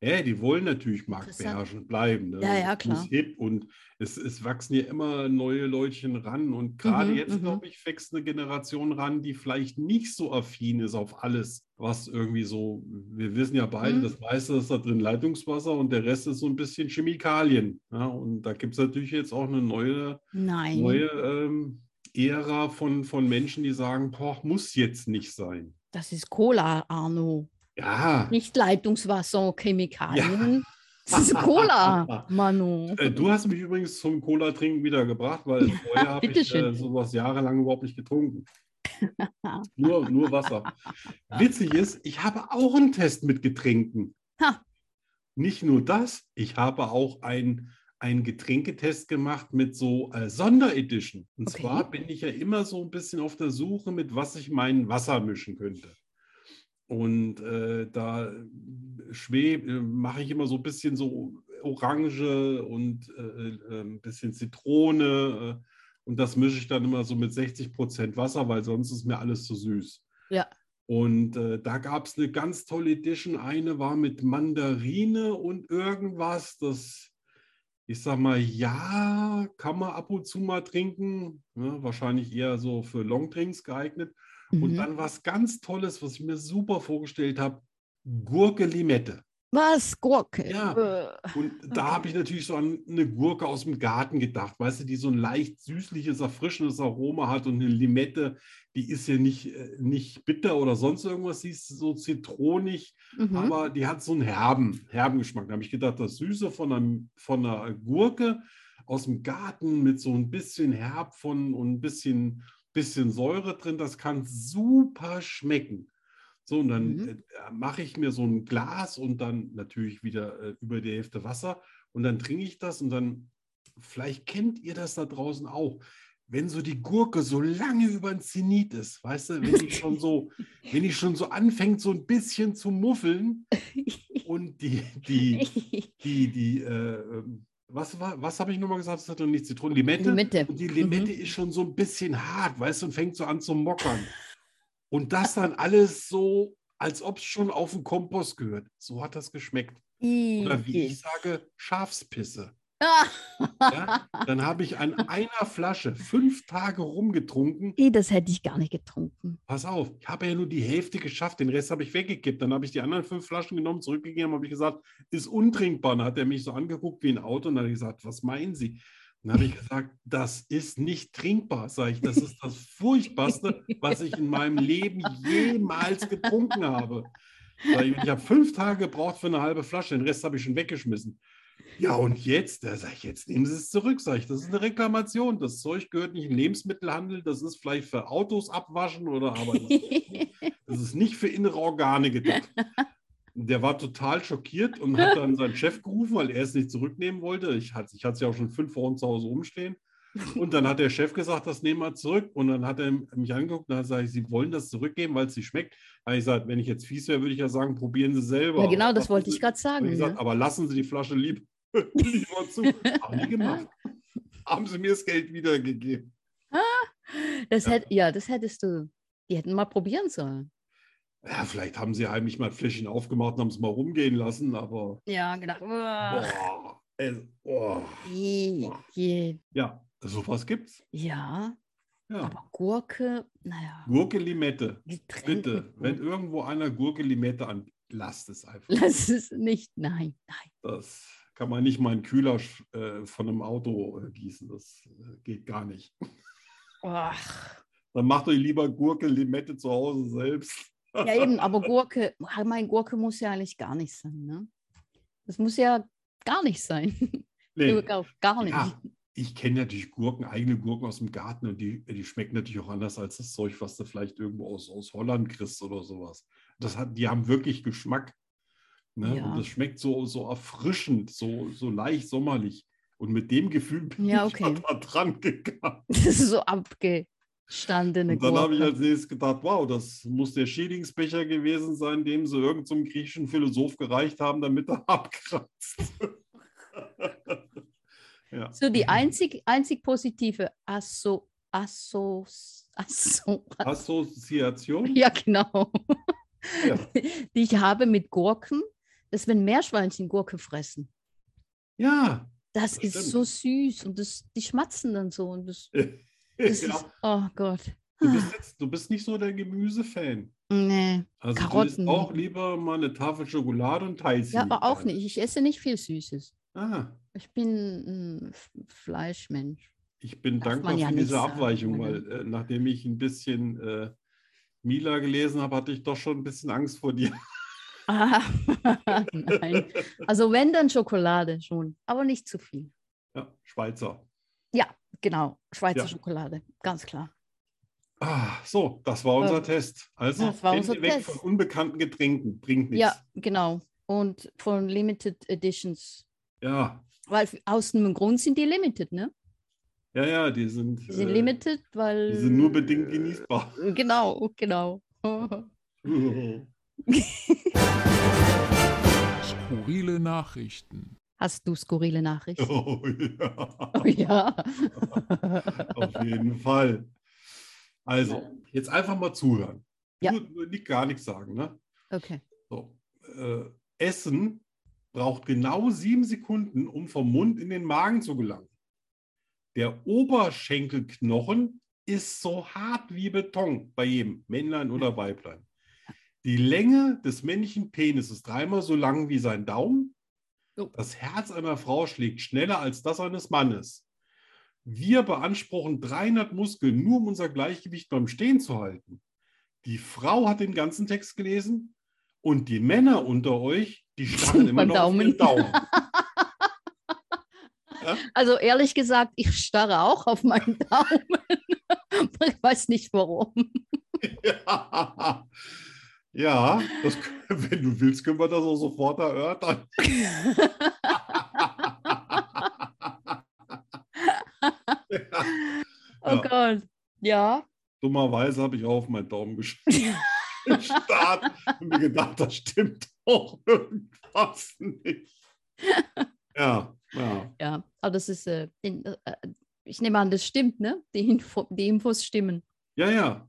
Speaker 2: Ja, die wollen natürlich
Speaker 3: Interessant.
Speaker 2: marktbeherrschend bleiben. Ne?
Speaker 3: Ja, ja,
Speaker 2: Das muss
Speaker 3: klar.
Speaker 2: Hip und es, es wachsen ja immer neue Leutchen ran. Und gerade
Speaker 3: Mhm,
Speaker 2: jetzt,
Speaker 3: mhm.
Speaker 2: glaube ich, wächst eine Generation ran, die vielleicht nicht so affin ist auf alles, was irgendwie so, wir wissen ja beide,
Speaker 3: Mhm.
Speaker 2: das meiste ist da drin Leitungswasser und der Rest ist so ein bisschen Chemikalien. Ja? Und da gibt es natürlich jetzt auch eine neue
Speaker 3: Nein.
Speaker 2: neue ähm, Ära von, von Menschen, die sagen, boah, muss jetzt nicht sein.
Speaker 3: Das ist Cola, Arno.
Speaker 2: Ja,
Speaker 3: Nicht Leitungswasser, und Chemikalien. Das ist Cola, Manu.
Speaker 2: äh, du hast mich übrigens zum Cola-Trinken wiedergebracht, weil vorher habe ich äh,
Speaker 3: Bitteschön.
Speaker 2: sowas jahrelang überhaupt nicht getrunken. Nur, nur Wasser. Witzig ist, ich habe auch einen Test mit Getränken.
Speaker 3: Ha.
Speaker 2: Nicht nur das, ich habe auch ein einen Getränketest gemacht mit so äh, Sonderedition. Und
Speaker 3: Okay.
Speaker 2: zwar bin ich ja immer so ein bisschen auf der Suche, mit was ich mein Wasser mischen könnte. Und äh, da schweb, äh, mache ich immer so ein bisschen so Orange und äh, äh, ein bisschen Zitrone. Äh, und das mische ich dann immer so mit 60 Prozent Wasser, weil sonst ist mir alles zu süß.
Speaker 3: Ja.
Speaker 2: Und äh, da gab es eine ganz tolle Edition. Eine war mit Mandarine und irgendwas. Das, ich sag mal, ja, kann man ab und zu mal trinken. Ne? Wahrscheinlich eher so für Longdrinks geeignet. Und
Speaker 3: Mhm.
Speaker 2: dann was ganz Tolles, was ich mir super vorgestellt habe: Gurke Limette.
Speaker 3: Was? Gurke?
Speaker 2: Ja.
Speaker 3: Äh,
Speaker 2: Und da habe ich natürlich so an eine Gurke aus dem Garten gedacht, weißt du, die so ein leicht süßliches, erfrischendes Aroma hat und eine Limette, die ist ja nicht, äh, nicht bitter oder sonst irgendwas, die ist so zitronig,
Speaker 3: mhm.
Speaker 2: aber die hat so einen herben, herben Geschmack. Da habe ich gedacht, das Süße von einer, von einer Gurke aus dem Garten mit so ein bisschen Herb von und ein bisschen, bisschen Säure drin, das kann super schmecken. So, und dann
Speaker 3: Mhm.
Speaker 2: äh, mache ich mir so ein Glas und dann natürlich wieder äh, über die Hälfte Wasser und dann trinke ich das und dann, vielleicht kennt ihr das da draußen auch, wenn so die Gurke so lange über den Zenit ist, weißt du, wenn die schon so, wenn die schon so anfängt, so ein bisschen zu muffeln und die, die, die, die, äh, was war, was habe ich nochmal gesagt? Das hat doch nicht Zitronen, Limette.
Speaker 3: Limette.
Speaker 2: Und die Limette ist schon so ein bisschen hart, weißt du, und fängt so an zu mockern. Und das dann alles so, als ob es schon auf den Kompost gehört. So hat das geschmeckt.
Speaker 3: Mhm.
Speaker 2: Oder wie ich sage, Schafspisse.
Speaker 3: Ah,
Speaker 2: Ja? Dann habe ich an einer Flasche fünf Tage rumgetrunken.
Speaker 3: eh, das hätte ich gar nicht getrunken.
Speaker 2: Pass auf, ich habe ja nur die Hälfte geschafft, den Rest habe ich weggekippt. Dann habe ich die anderen fünf Flaschen genommen, zurückgegeben, habe ich gesagt, ist untrinkbar. Dann hat er mich so angeguckt wie ein Auto und dann hat er gesagt, was meinen Sie? Dann habe ich gesagt, das ist nicht trinkbar, sage ich. Das ist das Furchtbarste, was ich in meinem Leben jemals getrunken habe. Sag ich, und ich habe fünf Tage gebraucht für eine halbe Flasche, den Rest habe ich schon weggeschmissen. Ja, und jetzt, da sage ich, jetzt nehmen Sie es zurück, sage ich, das ist eine Reklamation. Das Zeug gehört nicht in den Lebensmittelhandel, das ist vielleicht für Autos abwaschen oder aber das, das ist nicht für innere Organe gedacht. Der war total schockiert und hat dann seinen Chef gerufen, weil er es nicht zurücknehmen wollte. Ich hatte ich es ja auch schon fünf Wochen zu Hause rumstehen. Und dann hat der Chef gesagt, das nehmen wir zurück. Und dann hat er mich angeguckt und hat gesagt, Sie wollen das zurückgeben, weil es nicht schmeckt. Da habe ich gesagt, wenn ich jetzt fies wäre, würde ich ja sagen, probieren Sie selber.
Speaker 3: ja, genau, das
Speaker 2: Aber
Speaker 3: wollte
Speaker 2: lassen
Speaker 3: ich gerade
Speaker 2: habe ich
Speaker 3: sagen.
Speaker 2: gesagt,
Speaker 3: Ne?
Speaker 2: aber lassen Sie die Flasche lieb, lieber zu. Haben die gemacht. Haben sie mir das Geld wiedergegeben.
Speaker 3: Das
Speaker 2: Ja.
Speaker 3: hätt, ja, das hättest du. Die hätten mal probieren sollen.
Speaker 2: Ja, vielleicht haben sie heimlich mal ein Fläschchen aufgemacht und haben es mal rumgehen lassen, aber
Speaker 3: Ja, gedacht. uah,
Speaker 2: boah, es, boah.
Speaker 3: je, je.
Speaker 2: ja, sowas gibt's.
Speaker 3: Ja,
Speaker 2: Ja.
Speaker 3: aber Gurke, naja.
Speaker 2: Gurke Limette.
Speaker 3: getrennt
Speaker 2: Bitte,
Speaker 3: mit
Speaker 2: wenn
Speaker 3: Gurke.
Speaker 2: irgendwo einer Gurke Limette an, lasst es einfach.
Speaker 3: Lass es nicht. Nein, nein.
Speaker 2: Das kann man nicht mal in den Kühler äh, von einem Auto äh, gießen. Das äh, geht gar nicht.
Speaker 3: Ach,
Speaker 2: Dann macht euch lieber Gurke Limette zu Hause selbst.
Speaker 3: Ja, eben, aber Gurke, ah, mein Gurke muss ja eigentlich gar nicht sein. Ne? Das muss ja gar nicht sein.
Speaker 2: Nee.
Speaker 3: Gar, gar nicht.
Speaker 2: Ja, ich kenne natürlich Gurken, eigene Gurken aus dem Garten und die, die schmecken natürlich auch anders als das Zeug, was du vielleicht irgendwo aus, aus Holland kriegst oder sowas. Das hat, die haben wirklich Geschmack. Ne?
Speaker 3: Ja.
Speaker 2: Und das schmeckt so, so erfrischend, so, so leicht sommerlich. Und mit dem Gefühl bin
Speaker 3: Ja,
Speaker 2: ich
Speaker 3: okay.
Speaker 2: da dran gegangen.
Speaker 3: Das ist so abgestandene
Speaker 2: Und dann habe ich
Speaker 3: Gurke.
Speaker 2: als nächstes gedacht, wow, das muss der Schädlingsbecher gewesen sein, dem sie irgendeinem so einem griechischen Philosoph gereicht haben, damit er abkratzt. ja.
Speaker 3: So die einzig, einzig positive Asso, Asso, Asso,
Speaker 2: Assoziation?
Speaker 3: ja genau,
Speaker 2: Ja.
Speaker 3: die ich habe mit Gurken, dass wenn Meerschweinchen Gurke fressen,
Speaker 2: Ja.
Speaker 3: das,
Speaker 2: Das
Speaker 3: ist so süß und das, die schmatzen dann so und das, das
Speaker 2: ja.
Speaker 3: ist, oh Gott,
Speaker 2: Du, bist jetzt, du bist nicht so der Gemüsefan.
Speaker 3: nee,
Speaker 2: Also du
Speaker 3: Karotten.
Speaker 2: isst auch lieber mal eine Tafel Schokolade und teilst sie
Speaker 3: ja
Speaker 2: mit
Speaker 3: aber auch
Speaker 2: allen.
Speaker 3: nicht, ich esse nicht viel Süßes,
Speaker 2: Ah,
Speaker 3: ich bin ein F- Fleischmensch.
Speaker 2: ich bin
Speaker 3: Darf
Speaker 2: dankbar
Speaker 3: man ja
Speaker 2: für
Speaker 3: nicht
Speaker 2: diese
Speaker 3: sagen,
Speaker 2: Abweichung,
Speaker 3: meine-
Speaker 2: weil äh, nachdem ich ein bisschen äh, Mila gelesen habe, hatte ich doch schon ein bisschen Angst vor dir.
Speaker 3: Ah, nein. Also wenn, dann Schokolade schon, aber nicht zu viel.
Speaker 2: Ja, Schweizer.
Speaker 3: Genau, Schweizer
Speaker 2: Ja.
Speaker 3: Schokolade, ganz klar.
Speaker 2: Ah, so, das war unser
Speaker 3: Ähm,
Speaker 2: Test. Also,
Speaker 3: das war
Speaker 2: Hände
Speaker 3: unser
Speaker 2: weg
Speaker 3: Test.
Speaker 2: von unbekannten Getränken, bringt nichts.
Speaker 3: Ja, genau. Und von Limited Editions.
Speaker 2: ja,
Speaker 3: Weil f- aus einem Grund sind die limited, ne?
Speaker 2: ja, ja, die sind,
Speaker 3: Die sind
Speaker 2: äh,
Speaker 3: limited, weil.
Speaker 2: die sind nur bedingt genießbar.
Speaker 3: Genau, genau.
Speaker 5: Skurrile Nachrichten.
Speaker 3: Hast du skurrile Nachrichten?
Speaker 2: oh, ja.
Speaker 3: Oh, ja.
Speaker 2: Auf jeden Fall. Also, jetzt einfach mal zuhören.
Speaker 3: Ja.
Speaker 2: Nur, nur nicht gar nichts sagen. Ne?
Speaker 3: Okay.
Speaker 2: So. Äh, Essen braucht genau sieben Sekunden, um vom Mund in den Magen zu gelangen. Der Oberschenkelknochen ist so hart wie Beton bei jedem, Männlein oder Weiblein. Die Länge des männlichen Penis ist dreimal so lang wie sein Daumen.
Speaker 3: Jo.
Speaker 2: Das Herz einer Frau schlägt schneller als das eines Mannes. Wir beanspruchen 300 Muskeln, nur um unser Gleichgewicht beim Stehen zu halten. Die Frau hat den ganzen Text gelesen und die Männer unter euch, die starren immer
Speaker 3: Beim
Speaker 2: noch auf ihren Daumen.
Speaker 3: Also ehrlich gesagt, ich starre auch auf meinen Daumen. ich weiß nicht warum.
Speaker 2: Ja, ja das, können- wenn du willst, können wir das auch sofort erörtern.
Speaker 3: Oh
Speaker 2: Ja.
Speaker 3: Gott. Ja.
Speaker 2: Dummerweise habe ich auch auf meinen Daumen gesch- gestarrt und mir gedacht, das stimmt auch irgendwas nicht. Ja, ja.
Speaker 3: Ja. Aber das ist, äh, in, äh, ich nehme an, das stimmt, ne? Die, Info die Infos stimmen.
Speaker 2: Ja, ja.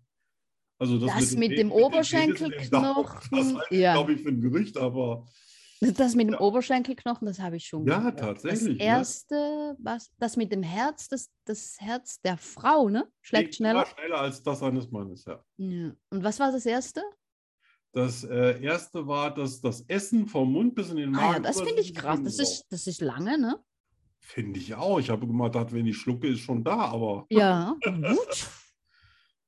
Speaker 2: Also das,
Speaker 3: Das mit
Speaker 2: Pe-
Speaker 3: dem
Speaker 2: Penis und dem Daumen, Das
Speaker 3: Oberschenkelknochen.
Speaker 2: halte ich,
Speaker 3: Ja.
Speaker 2: glaube ich, für ein Gerücht, aber
Speaker 3: Das mit dem
Speaker 2: Ja.
Speaker 3: Oberschenkelknochen, das habe ich schon
Speaker 2: Ja,
Speaker 3: gehört.
Speaker 2: tatsächlich,
Speaker 3: Das
Speaker 2: ne?
Speaker 3: erste, was, das mit dem Herz, das, das Herz der Frau, ne? Schlägt
Speaker 2: geht
Speaker 3: schneller.
Speaker 2: immer schneller als das eines Mannes, ja.
Speaker 3: Ja. Und was war das erste?
Speaker 2: Das äh, erste war, dass das Essen vom Mund bis in den Magen.
Speaker 3: Ah, ja, das
Speaker 2: über
Speaker 3: finde ich
Speaker 2: sieben
Speaker 3: krass.
Speaker 2: Sekunden
Speaker 3: Das ist, das ist lange, ne?
Speaker 2: braucht. Finde ich auch. Ich habe immer gedacht, wenn ich schlucke, ist schon da, aber
Speaker 3: Ja. Wutsch.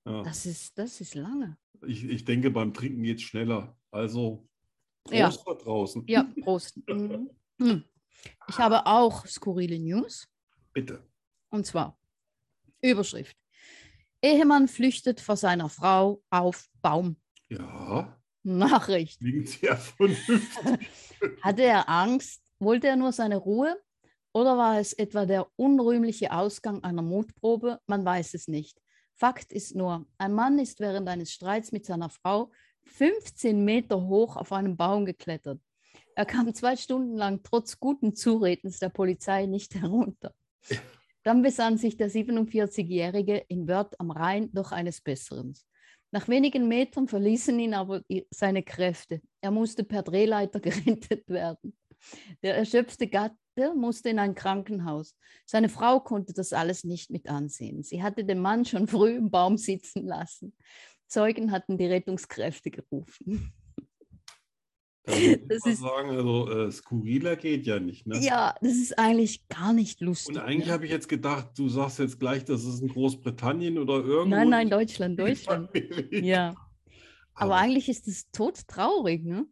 Speaker 2: ja.
Speaker 3: Das ist, das ist lange.
Speaker 2: ich, ich denke, beim Trinken geht es schneller. Also,
Speaker 3: Ja.
Speaker 2: Prost da draußen.
Speaker 3: Ja, Prost. Mhm. Hm. Ich habe auch skurrile News.
Speaker 2: Bitte.
Speaker 3: Und zwar Überschrift. Ehemann flüchtet vor seiner Frau auf Baum.
Speaker 2: Ja,
Speaker 3: Nachricht.
Speaker 2: klingt sehr vernünftig.
Speaker 3: Hatte er Angst? Wollte er nur seine Ruhe? Oder war es etwa der unrühmliche Ausgang einer Mutprobe? Man weiß es nicht. Fakt ist nur, ein Mann ist während eines Streits mit seiner Frau 15 Meter hoch auf einen Baum geklettert. Er kam zwei Stunden lang trotz guten Zuredens der Polizei nicht herunter. Dann besann sich der 47-Jährige in Wörth am Rhein doch eines Besseren. Nach wenigen Metern verließen ihn aber i- seine Kräfte. Er musste per Drehleiter gerettet werden. Der erschöpfte Gatte musste in ein Krankenhaus. Seine Frau konnte das alles nicht mit ansehen. Sie hatte den Mann schon früh im Baum sitzen lassen. Zeugen hatten die Rettungskräfte gerufen.
Speaker 2: Da muss ich
Speaker 3: Das
Speaker 2: mal
Speaker 3: ist-
Speaker 2: sagen, also äh, skurriler geht ja nicht. Ne?
Speaker 3: Ja, das ist eigentlich gar nicht lustig.
Speaker 2: Und eigentlich
Speaker 3: ne?
Speaker 2: habe ich jetzt gedacht, du sagst jetzt gleich, das ist in Großbritannien oder irgendwo.
Speaker 3: Nein, nein, Deutschland, Deutschland.
Speaker 2: Amerika.
Speaker 3: Ja. Aber eigentlich ist es todtraurig, ne?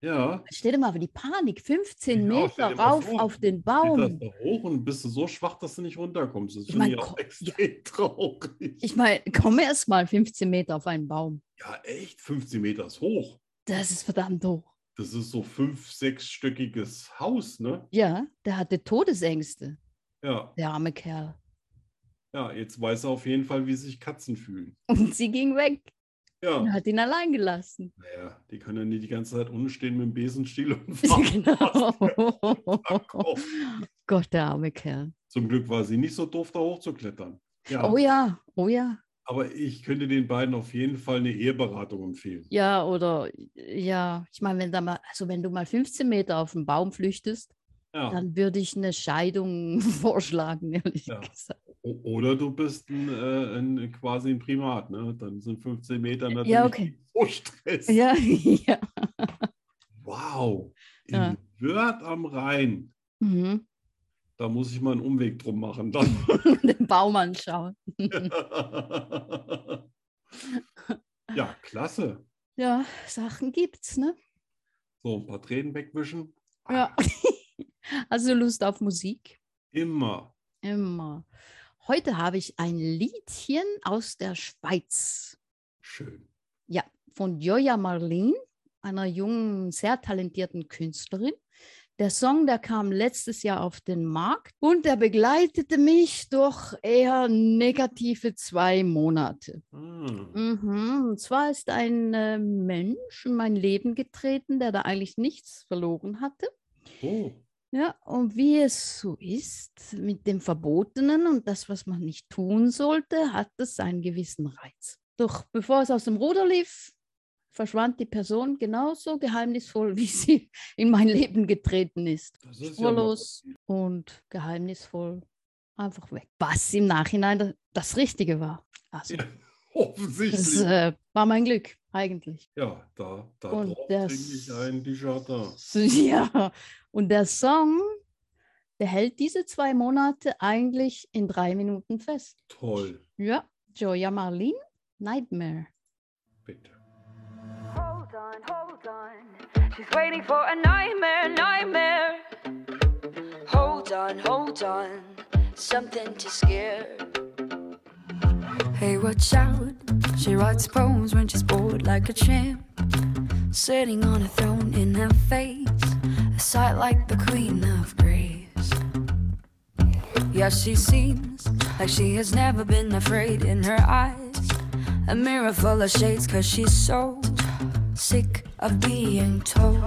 Speaker 2: Ja,
Speaker 3: Stell dir mal die Panik, 15
Speaker 2: Ja, stell
Speaker 3: Meter
Speaker 2: dir mal
Speaker 3: rauf
Speaker 2: vor,
Speaker 3: auf den
Speaker 2: geht das
Speaker 3: Baum.
Speaker 2: da hoch und bist du so schwach, dass du nicht runterkommst. Das
Speaker 3: Ich
Speaker 2: finde
Speaker 3: mein,
Speaker 2: ich auch
Speaker 3: ko-
Speaker 2: extrem traurig.
Speaker 3: Ich meine, komm erst mal 15 Meter auf einen Baum.
Speaker 2: Ja, echt, 15 Meter ist hoch.
Speaker 3: Das ist verdammt hoch.
Speaker 2: Das ist so fünf, sechsstöckiges Haus, ne?
Speaker 3: Ja, der hatte Todesängste,
Speaker 2: Ja,
Speaker 3: der arme Kerl.
Speaker 2: ja, jetzt weiß er auf jeden Fall, wie sich Katzen fühlen.
Speaker 3: Und sie ging weg und
Speaker 2: Ja,
Speaker 3: hat ihn allein gelassen.
Speaker 2: naja, die können ja nicht die ganze Zeit unten stehen mit dem Besenstiel und fahren.
Speaker 3: genau.
Speaker 2: Auf.
Speaker 3: Gott, der arme Kerl.
Speaker 2: Zum Glück war sie nicht so doof, da hochzuklettern. Ja,
Speaker 3: Oh ja, oh ja.
Speaker 2: aber ich könnte den beiden auf jeden Fall eine Eheberatung empfehlen.
Speaker 3: Ja, oder ja, ich meine, wenn da mal, also wenn du mal 15 Meter auf den Baum flüchtest,
Speaker 2: Ja.
Speaker 3: dann würde ich eine Scheidung vorschlagen, ehrlich
Speaker 2: Ja.
Speaker 3: gesagt.
Speaker 2: O- Oder du bist ein, äh, ein, quasi ein Primat, ne? Dann sind 15 Meter natürlich
Speaker 3: Ja, okay.
Speaker 2: so Stress.
Speaker 3: Ja, ja.
Speaker 2: Wow. In
Speaker 3: Ja.
Speaker 2: Wörth am Rhein.
Speaker 3: Mhm.
Speaker 2: Da muss ich mal einen Umweg drum machen. Dann.
Speaker 3: Den Baum anschauen.
Speaker 2: ja, klasse.
Speaker 3: Ja, Sachen gibt's, ne?
Speaker 2: So, ein paar Tränen wegwischen.
Speaker 3: Ja. Also Lust auf Musik?
Speaker 2: Immer.
Speaker 3: Immer. Heute habe ich ein Liedchen aus der Schweiz
Speaker 2: Schön.
Speaker 3: von Joja Marlin, einer jungen, sehr talentierten Künstlerin. Der Song, der kam letztes Jahr auf den Markt und der begleitete mich durch eher negative zwei Monate.
Speaker 2: Hm.
Speaker 3: Mhm. Und zwar ist ein äh, Mensch in mein Leben getreten, der da eigentlich nichts verloren hatte.
Speaker 2: Oh,
Speaker 3: Ja, und wie es so ist mit dem Verbotenen und das, was man nicht tun sollte, hat es einen gewissen Reiz. Doch bevor es aus dem Ruder lief, verschwand die Person genauso geheimnisvoll, wie sie in mein Leben getreten ist.
Speaker 2: das ist ja mal-
Speaker 3: Spurlos und geheimnisvoll einfach weg. Was im Nachhinein da- das Richtige war. Also,
Speaker 2: Ja,
Speaker 3: das
Speaker 2: offensichtlich.
Speaker 3: äh, war mein Glück eigentlich.
Speaker 2: Ja, da, da
Speaker 3: Und
Speaker 2: drauf
Speaker 3: das-
Speaker 2: trinke ich ein Dijardin.
Speaker 3: Ja, und der Song, der hält diese zwei Monate eigentlich in drei Minuten fest.
Speaker 2: Toll,
Speaker 3: Ja, Joya Marlin, Nightmare.
Speaker 2: bitte.
Speaker 6: Hold on, hold on. She's waiting for a nightmare, nightmare. Hold on, hold on. Something to scare. Hey, watch out. She writes poems when she's bored like a champ. Sitting on a throne in her face. A sight like the queen of grace. Yeah, she seems like she has never been afraid in her eyes. A mirror full of shades, cause she's so sick of being told.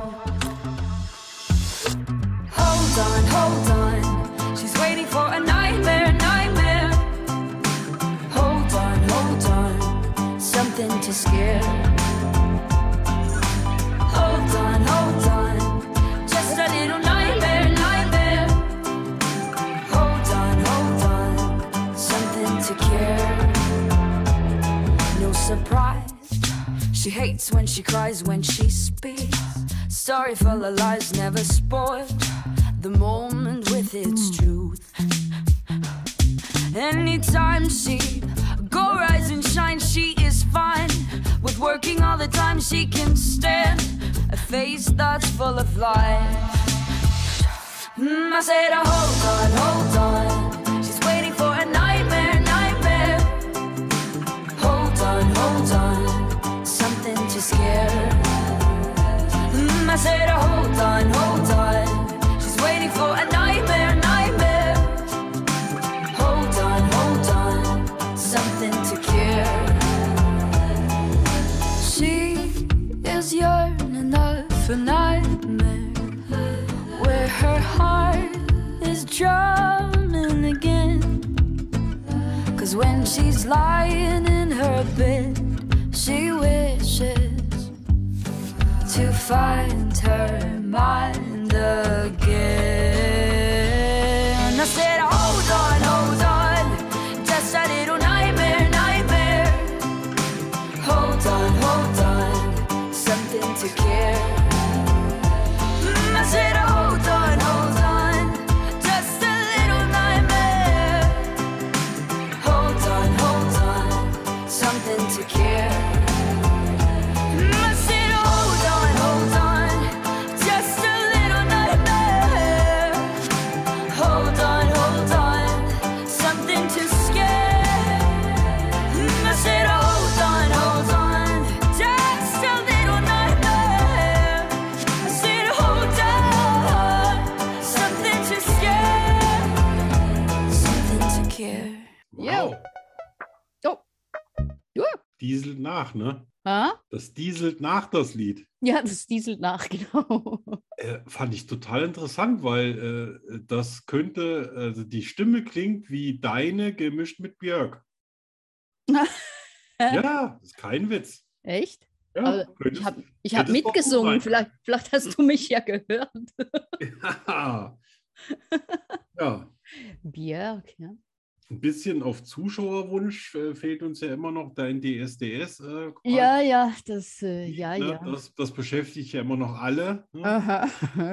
Speaker 6: Hold on, hold on. She's waiting for a nightmare, nightmare. Hold on, hold on. Something to scare. Hold on, hold on. Just a little nightmare, nightmare. Hold on, hold on. Something to cure. No surprise. She hates when she cries when she speaks. Story full of lies, never spoiled. The moment with its truth. Anytime she go rise and shine, she is fine. With working all the time, she can stand a face that's full of life. Mm, I said, "Oh, hold on, hold on. She's waiting for a nightmare, nightmare. Hold on, hold on, something to scare. Mm, I said, oh, hold on, hold on. She's waiting for a nightmare, nightmare. Hold on, hold on, something to cure. She is yearning for nightmare, where her heart is drumming again. Cause when she's lying in her bed, she wishes to find her mind again. I said, hold on, hold on, just a little nightmare, nightmare. Hold on, hold on, something to care. Mm, I said, hold on, hold on, just a little nightmare. Hold on, hold on, something to care.
Speaker 2: Wow.
Speaker 3: Oh. Ja.
Speaker 2: Dieselt nach, ne?
Speaker 3: Ha?
Speaker 2: Das dieselt nach das Lied.
Speaker 3: Ja, das dieselt nach, genau.
Speaker 2: Äh, fand ich total interessant, weil äh, das könnte, also die Stimme klingt wie deine gemischt mit Björk. ja, ist kein Witz.
Speaker 3: Echt?
Speaker 2: Ja,
Speaker 3: Aber Also, Ich
Speaker 2: könntest-
Speaker 3: habe ich hab
Speaker 2: Hättest doch gut
Speaker 3: mitgesungen.
Speaker 2: sein
Speaker 3: Vielleicht, vielleicht hast du mich ja gehört.
Speaker 2: ja. ja,
Speaker 3: Björk, ja.
Speaker 2: Ah. ein bisschen auf Zuschauerwunsch äh, fehlt uns ja immer noch dein DSDS. Äh, quasi,
Speaker 3: Ja, ja, das, äh, ja,
Speaker 2: ne?
Speaker 3: ja.
Speaker 2: Das, das beschäftigt ja immer noch alle. Ne?
Speaker 3: Aha,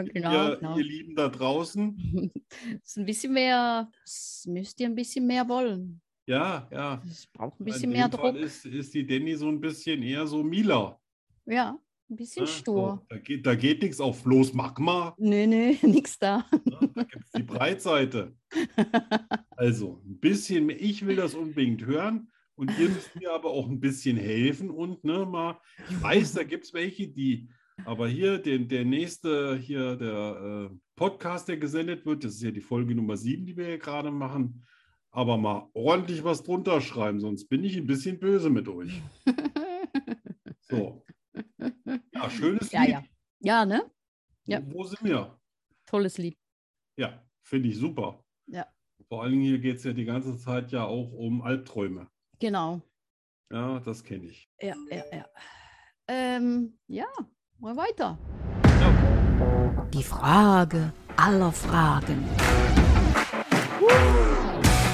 Speaker 3: genau,
Speaker 2: ihr,
Speaker 3: genau.
Speaker 2: ihr Lieben da draußen.
Speaker 3: Das ist ein bisschen mehr, das müsst ihr ein bisschen mehr wollen.
Speaker 2: Ja, ja.
Speaker 3: Es braucht ein
Speaker 2: In
Speaker 3: bisschen
Speaker 2: dem
Speaker 3: mehr
Speaker 2: Fall
Speaker 3: Druck.
Speaker 2: Ist, ist die Danny so ein bisschen eher so Mila.
Speaker 3: Ja, ein bisschen
Speaker 2: ne?
Speaker 3: stur.
Speaker 2: So, da geht, da geht nichts auf bloß Magma.
Speaker 3: Nee, nee, nix da.
Speaker 2: Ne? Da gibt es die Breitseite. Also ein bisschen mehr. Ich will das unbedingt hören. Und ihr müsst mir aber auch ein bisschen helfen. Und ne, mal, ich weiß, da gibt es welche, die. Aber hier, den, der nächste, hier der äh, Podcast, der gesendet wird, das ist ja die Folge Nummer 7, die wir hier gerade machen. Aber mal ordentlich was drunter schreiben, sonst bin ich ein bisschen böse mit euch. So. Ja, schönes
Speaker 3: Ja,
Speaker 2: Lied.
Speaker 3: ja. Ja, ne? ja.
Speaker 2: Wo sind wir?
Speaker 3: Tolles Lied.
Speaker 2: Ja, finde ich super.
Speaker 3: Ja.
Speaker 2: Vor allen Dingen hier geht es ja die ganze Zeit ja auch um Albträume.
Speaker 3: Genau.
Speaker 2: Ja, das kenne ich.
Speaker 3: Ja, ja, ja. Ähm, ja, mal weiter.
Speaker 4: Die Frage aller Fragen.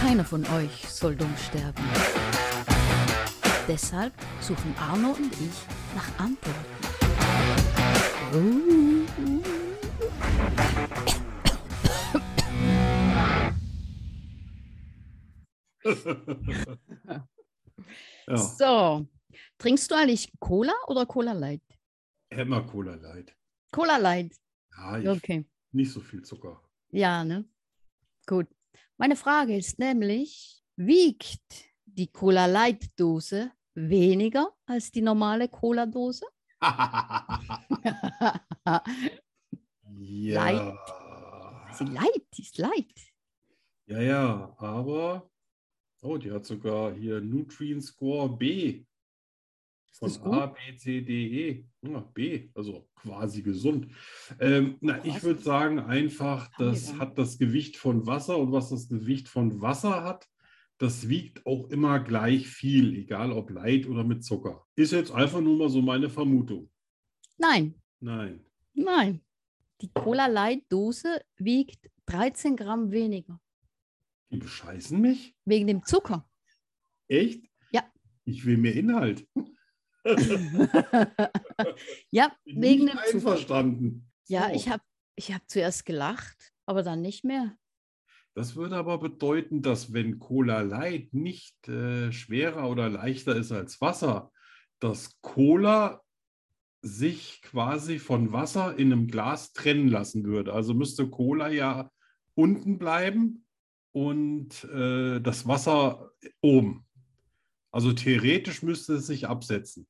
Speaker 4: Keiner von euch soll dumm sterben. Deshalb suchen Arno und ich nach Antworten.
Speaker 2: Ja,
Speaker 3: So, trinkst du eigentlich Cola oder Cola Light?
Speaker 2: Hämmer Cola Light.
Speaker 3: Cola Light.
Speaker 2: Ja, ich
Speaker 3: Okay.
Speaker 2: nicht so viel Zucker.
Speaker 3: Ja, ne? Gut. Meine Frage ist nämlich, wiegt die Cola Light Dose weniger als die normale Cola Dose?
Speaker 2: ja.
Speaker 3: Sie light, die ist light.
Speaker 2: ja, ja, aber. Oh, die hat sogar hier Nutrien Score B.
Speaker 3: Ist
Speaker 2: Von
Speaker 3: das gut?
Speaker 2: A, B, C, D, E. Ja, B, also quasi gesund. Ähm, na, ich
Speaker 3: Quasi.
Speaker 2: würde sagen, einfach,
Speaker 3: Haben wir
Speaker 2: das
Speaker 3: dann.
Speaker 2: hat das Gewicht von Wasser und was das Gewicht von Wasser hat, das wiegt auch immer gleich viel, egal ob Light oder mit Zucker. Ist jetzt einfach nur mal so meine Vermutung.
Speaker 3: Nein,
Speaker 2: Nein.
Speaker 3: nein. Die Cola Light Dose wiegt 13 Gramm weniger.
Speaker 2: Die bescheißen mich?
Speaker 3: Wegen dem Zucker.
Speaker 2: Echt?
Speaker 3: Ja.
Speaker 2: Ich will mehr Inhalt.
Speaker 3: ja,
Speaker 2: Bin
Speaker 3: wegen
Speaker 2: nicht
Speaker 3: dem Zucker.
Speaker 2: einverstanden.
Speaker 3: Ja,
Speaker 2: So.
Speaker 3: ich habe ich hab zuerst gelacht, aber dann nicht mehr.
Speaker 2: Das würde aber bedeuten, dass wenn Cola Light nicht äh, schwerer oder leichter ist als Wasser, dass Cola sich quasi von Wasser in einem Glas trennen lassen würde. Also müsste Cola ja unten bleiben und äh, das Wasser oben. Also theoretisch müsste es sich absetzen.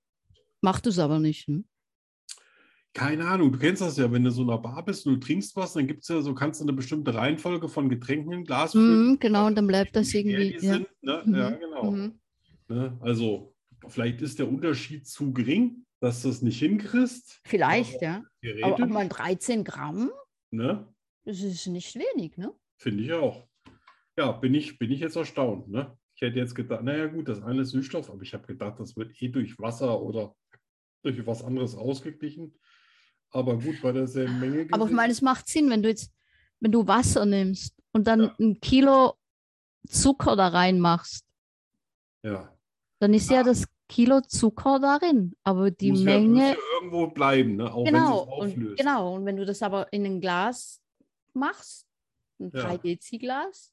Speaker 3: Macht es aber nicht. Hm?
Speaker 2: Keine Ahnung, du kennst das ja, wenn du so in einer Bar bist und du trinkst was, dann gibt's ja so, kannst du eine bestimmte Reihenfolge von Getränken im Glas füllen.
Speaker 3: Mhm, genau, und dann bleibt das
Speaker 2: wie schwer
Speaker 3: irgendwie.
Speaker 2: die
Speaker 3: Ja.
Speaker 2: sind, ne?
Speaker 3: Mhm.
Speaker 2: ja genau.
Speaker 3: Mhm.
Speaker 2: Ne? Also vielleicht ist der Unterschied zu gering, dass du es nicht hinkriegst.
Speaker 3: Vielleicht, ja. Aber auch
Speaker 2: Theoretisch,
Speaker 3: mal 13 Gramm,
Speaker 2: ne?
Speaker 3: das ist nicht wenig, ne?
Speaker 2: Finde ich auch. Ja, bin ich, bin ich jetzt erstaunt. Ne? Ich hätte jetzt gedacht, naja gut, das eine ist Süßstoff, aber ich habe gedacht, das wird eh durch Wasser oder durch was anderes ausgeglichen. Aber gut, bei derselben Menge.
Speaker 3: Aber ich
Speaker 2: gesehen-
Speaker 3: meine, es macht Sinn, wenn du jetzt, wenn du Wasser nimmst und dann
Speaker 2: Ja.
Speaker 3: ein Kilo Zucker da reinmachst,
Speaker 2: ja,
Speaker 3: dann ist ja das Kilo Zucker darin. Aber die
Speaker 2: muss ja, muss
Speaker 3: Menge.
Speaker 2: ja irgendwo bleiben, ne? auch
Speaker 3: genau,
Speaker 2: wenn es
Speaker 3: und,
Speaker 2: auflöst.
Speaker 3: genau. Und wenn du das aber in ein Glas machst, ein
Speaker 2: Ja.
Speaker 3: 3-Dezi-Glas,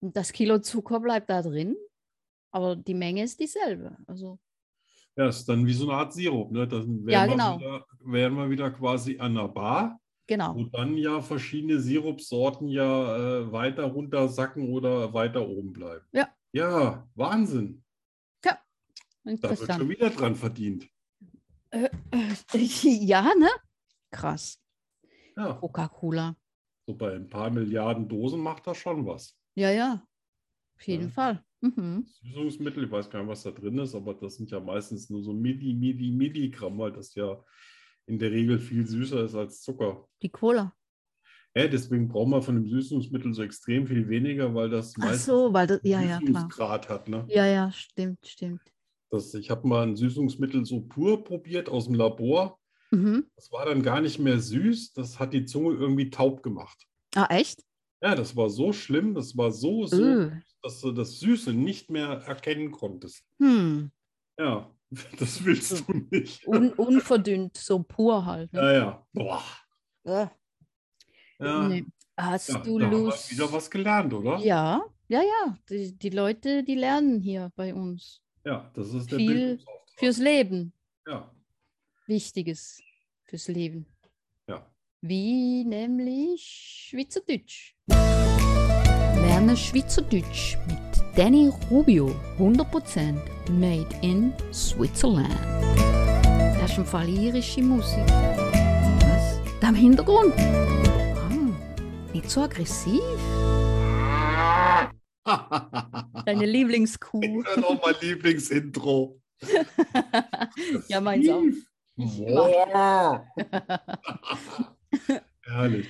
Speaker 3: und das Kilo Zucker bleibt da drin, aber die Menge ist dieselbe. Also,
Speaker 2: Ja, ist dann wie so eine Art Sirup. Ne? Dann wären,
Speaker 3: Ja,
Speaker 2: wir
Speaker 3: genau.
Speaker 2: wieder, wären wir wieder quasi an der Bar.
Speaker 3: genau.
Speaker 2: Wo dann ja verschiedene Sirupsorten ja äh, weiter runter sacken oder weiter oben bleiben.
Speaker 3: Ja.
Speaker 2: Ja, Wahnsinn. Da wird schon
Speaker 3: Interessant.
Speaker 2: wieder dran verdient.
Speaker 3: ja, ne? Krass.
Speaker 2: Ja,
Speaker 3: Oh. Coca-Cola.
Speaker 2: so bei ein paar Milliarden Dosen macht das schon was.
Speaker 3: Ja, ja. Auf jeden Fall. Mhm.
Speaker 2: Süßungsmittel, ich weiß gar nicht, was da drin ist, aber das sind ja meistens nur so Milli, Milli, Milligramm, weil das ja in der Regel viel süßer ist als Zucker.
Speaker 3: Die Cola.
Speaker 2: Ja, deswegen braucht man von dem Süßungsmittel so extrem viel weniger, weil das
Speaker 3: Ach so, weil das, ja, ja, klar.
Speaker 2: Süßungsgrad hat. Ne?
Speaker 3: Ja, ja, stimmt, stimmt.
Speaker 2: Das, ich habe mal ein Süßungsmittel so pur probiert aus dem Labor.
Speaker 3: Mhm.
Speaker 2: Das war dann gar nicht mehr süß. Das hat die Zunge irgendwie taub gemacht.
Speaker 3: Ah, echt?
Speaker 2: Ja, das war so schlimm, das war so, so
Speaker 4: Mm.
Speaker 3: Äh.
Speaker 2: dass du das Süße nicht mehr erkennen konntest.
Speaker 3: Hm.
Speaker 2: Ja, das willst du nicht.
Speaker 3: Un unverdünnt, so pur halt. Ne?
Speaker 2: Naja, boah.
Speaker 3: Äh,
Speaker 2: Ja,
Speaker 3: nee. Hast
Speaker 2: ja,
Speaker 3: du
Speaker 2: da haben wir
Speaker 3: Lust?
Speaker 2: wieder was gelernt, oder?
Speaker 3: Ja, ja, ja. Die, die Leute, die lernen hier bei uns.
Speaker 2: Ja, das ist der
Speaker 3: Viel
Speaker 2: Bildungsauftrag.
Speaker 3: Fürs Leben.
Speaker 2: ja,
Speaker 3: Wichtiges. Fürs Leben.
Speaker 2: ja.
Speaker 3: Wie nämlich Schweizerdeutsch.
Speaker 4: Lerne Schweizerdeutsch mit Danny Rubio. 100% made in Switzerland. Das ist im Fall irische Musik. Was? Da im Hintergrund? Ah, nicht so aggressiv.
Speaker 3: Deine Lieblingskuh.
Speaker 2: Hör noch mein Lieblingsintro.
Speaker 3: ja, meins auch.
Speaker 2: Boah. Herrlich.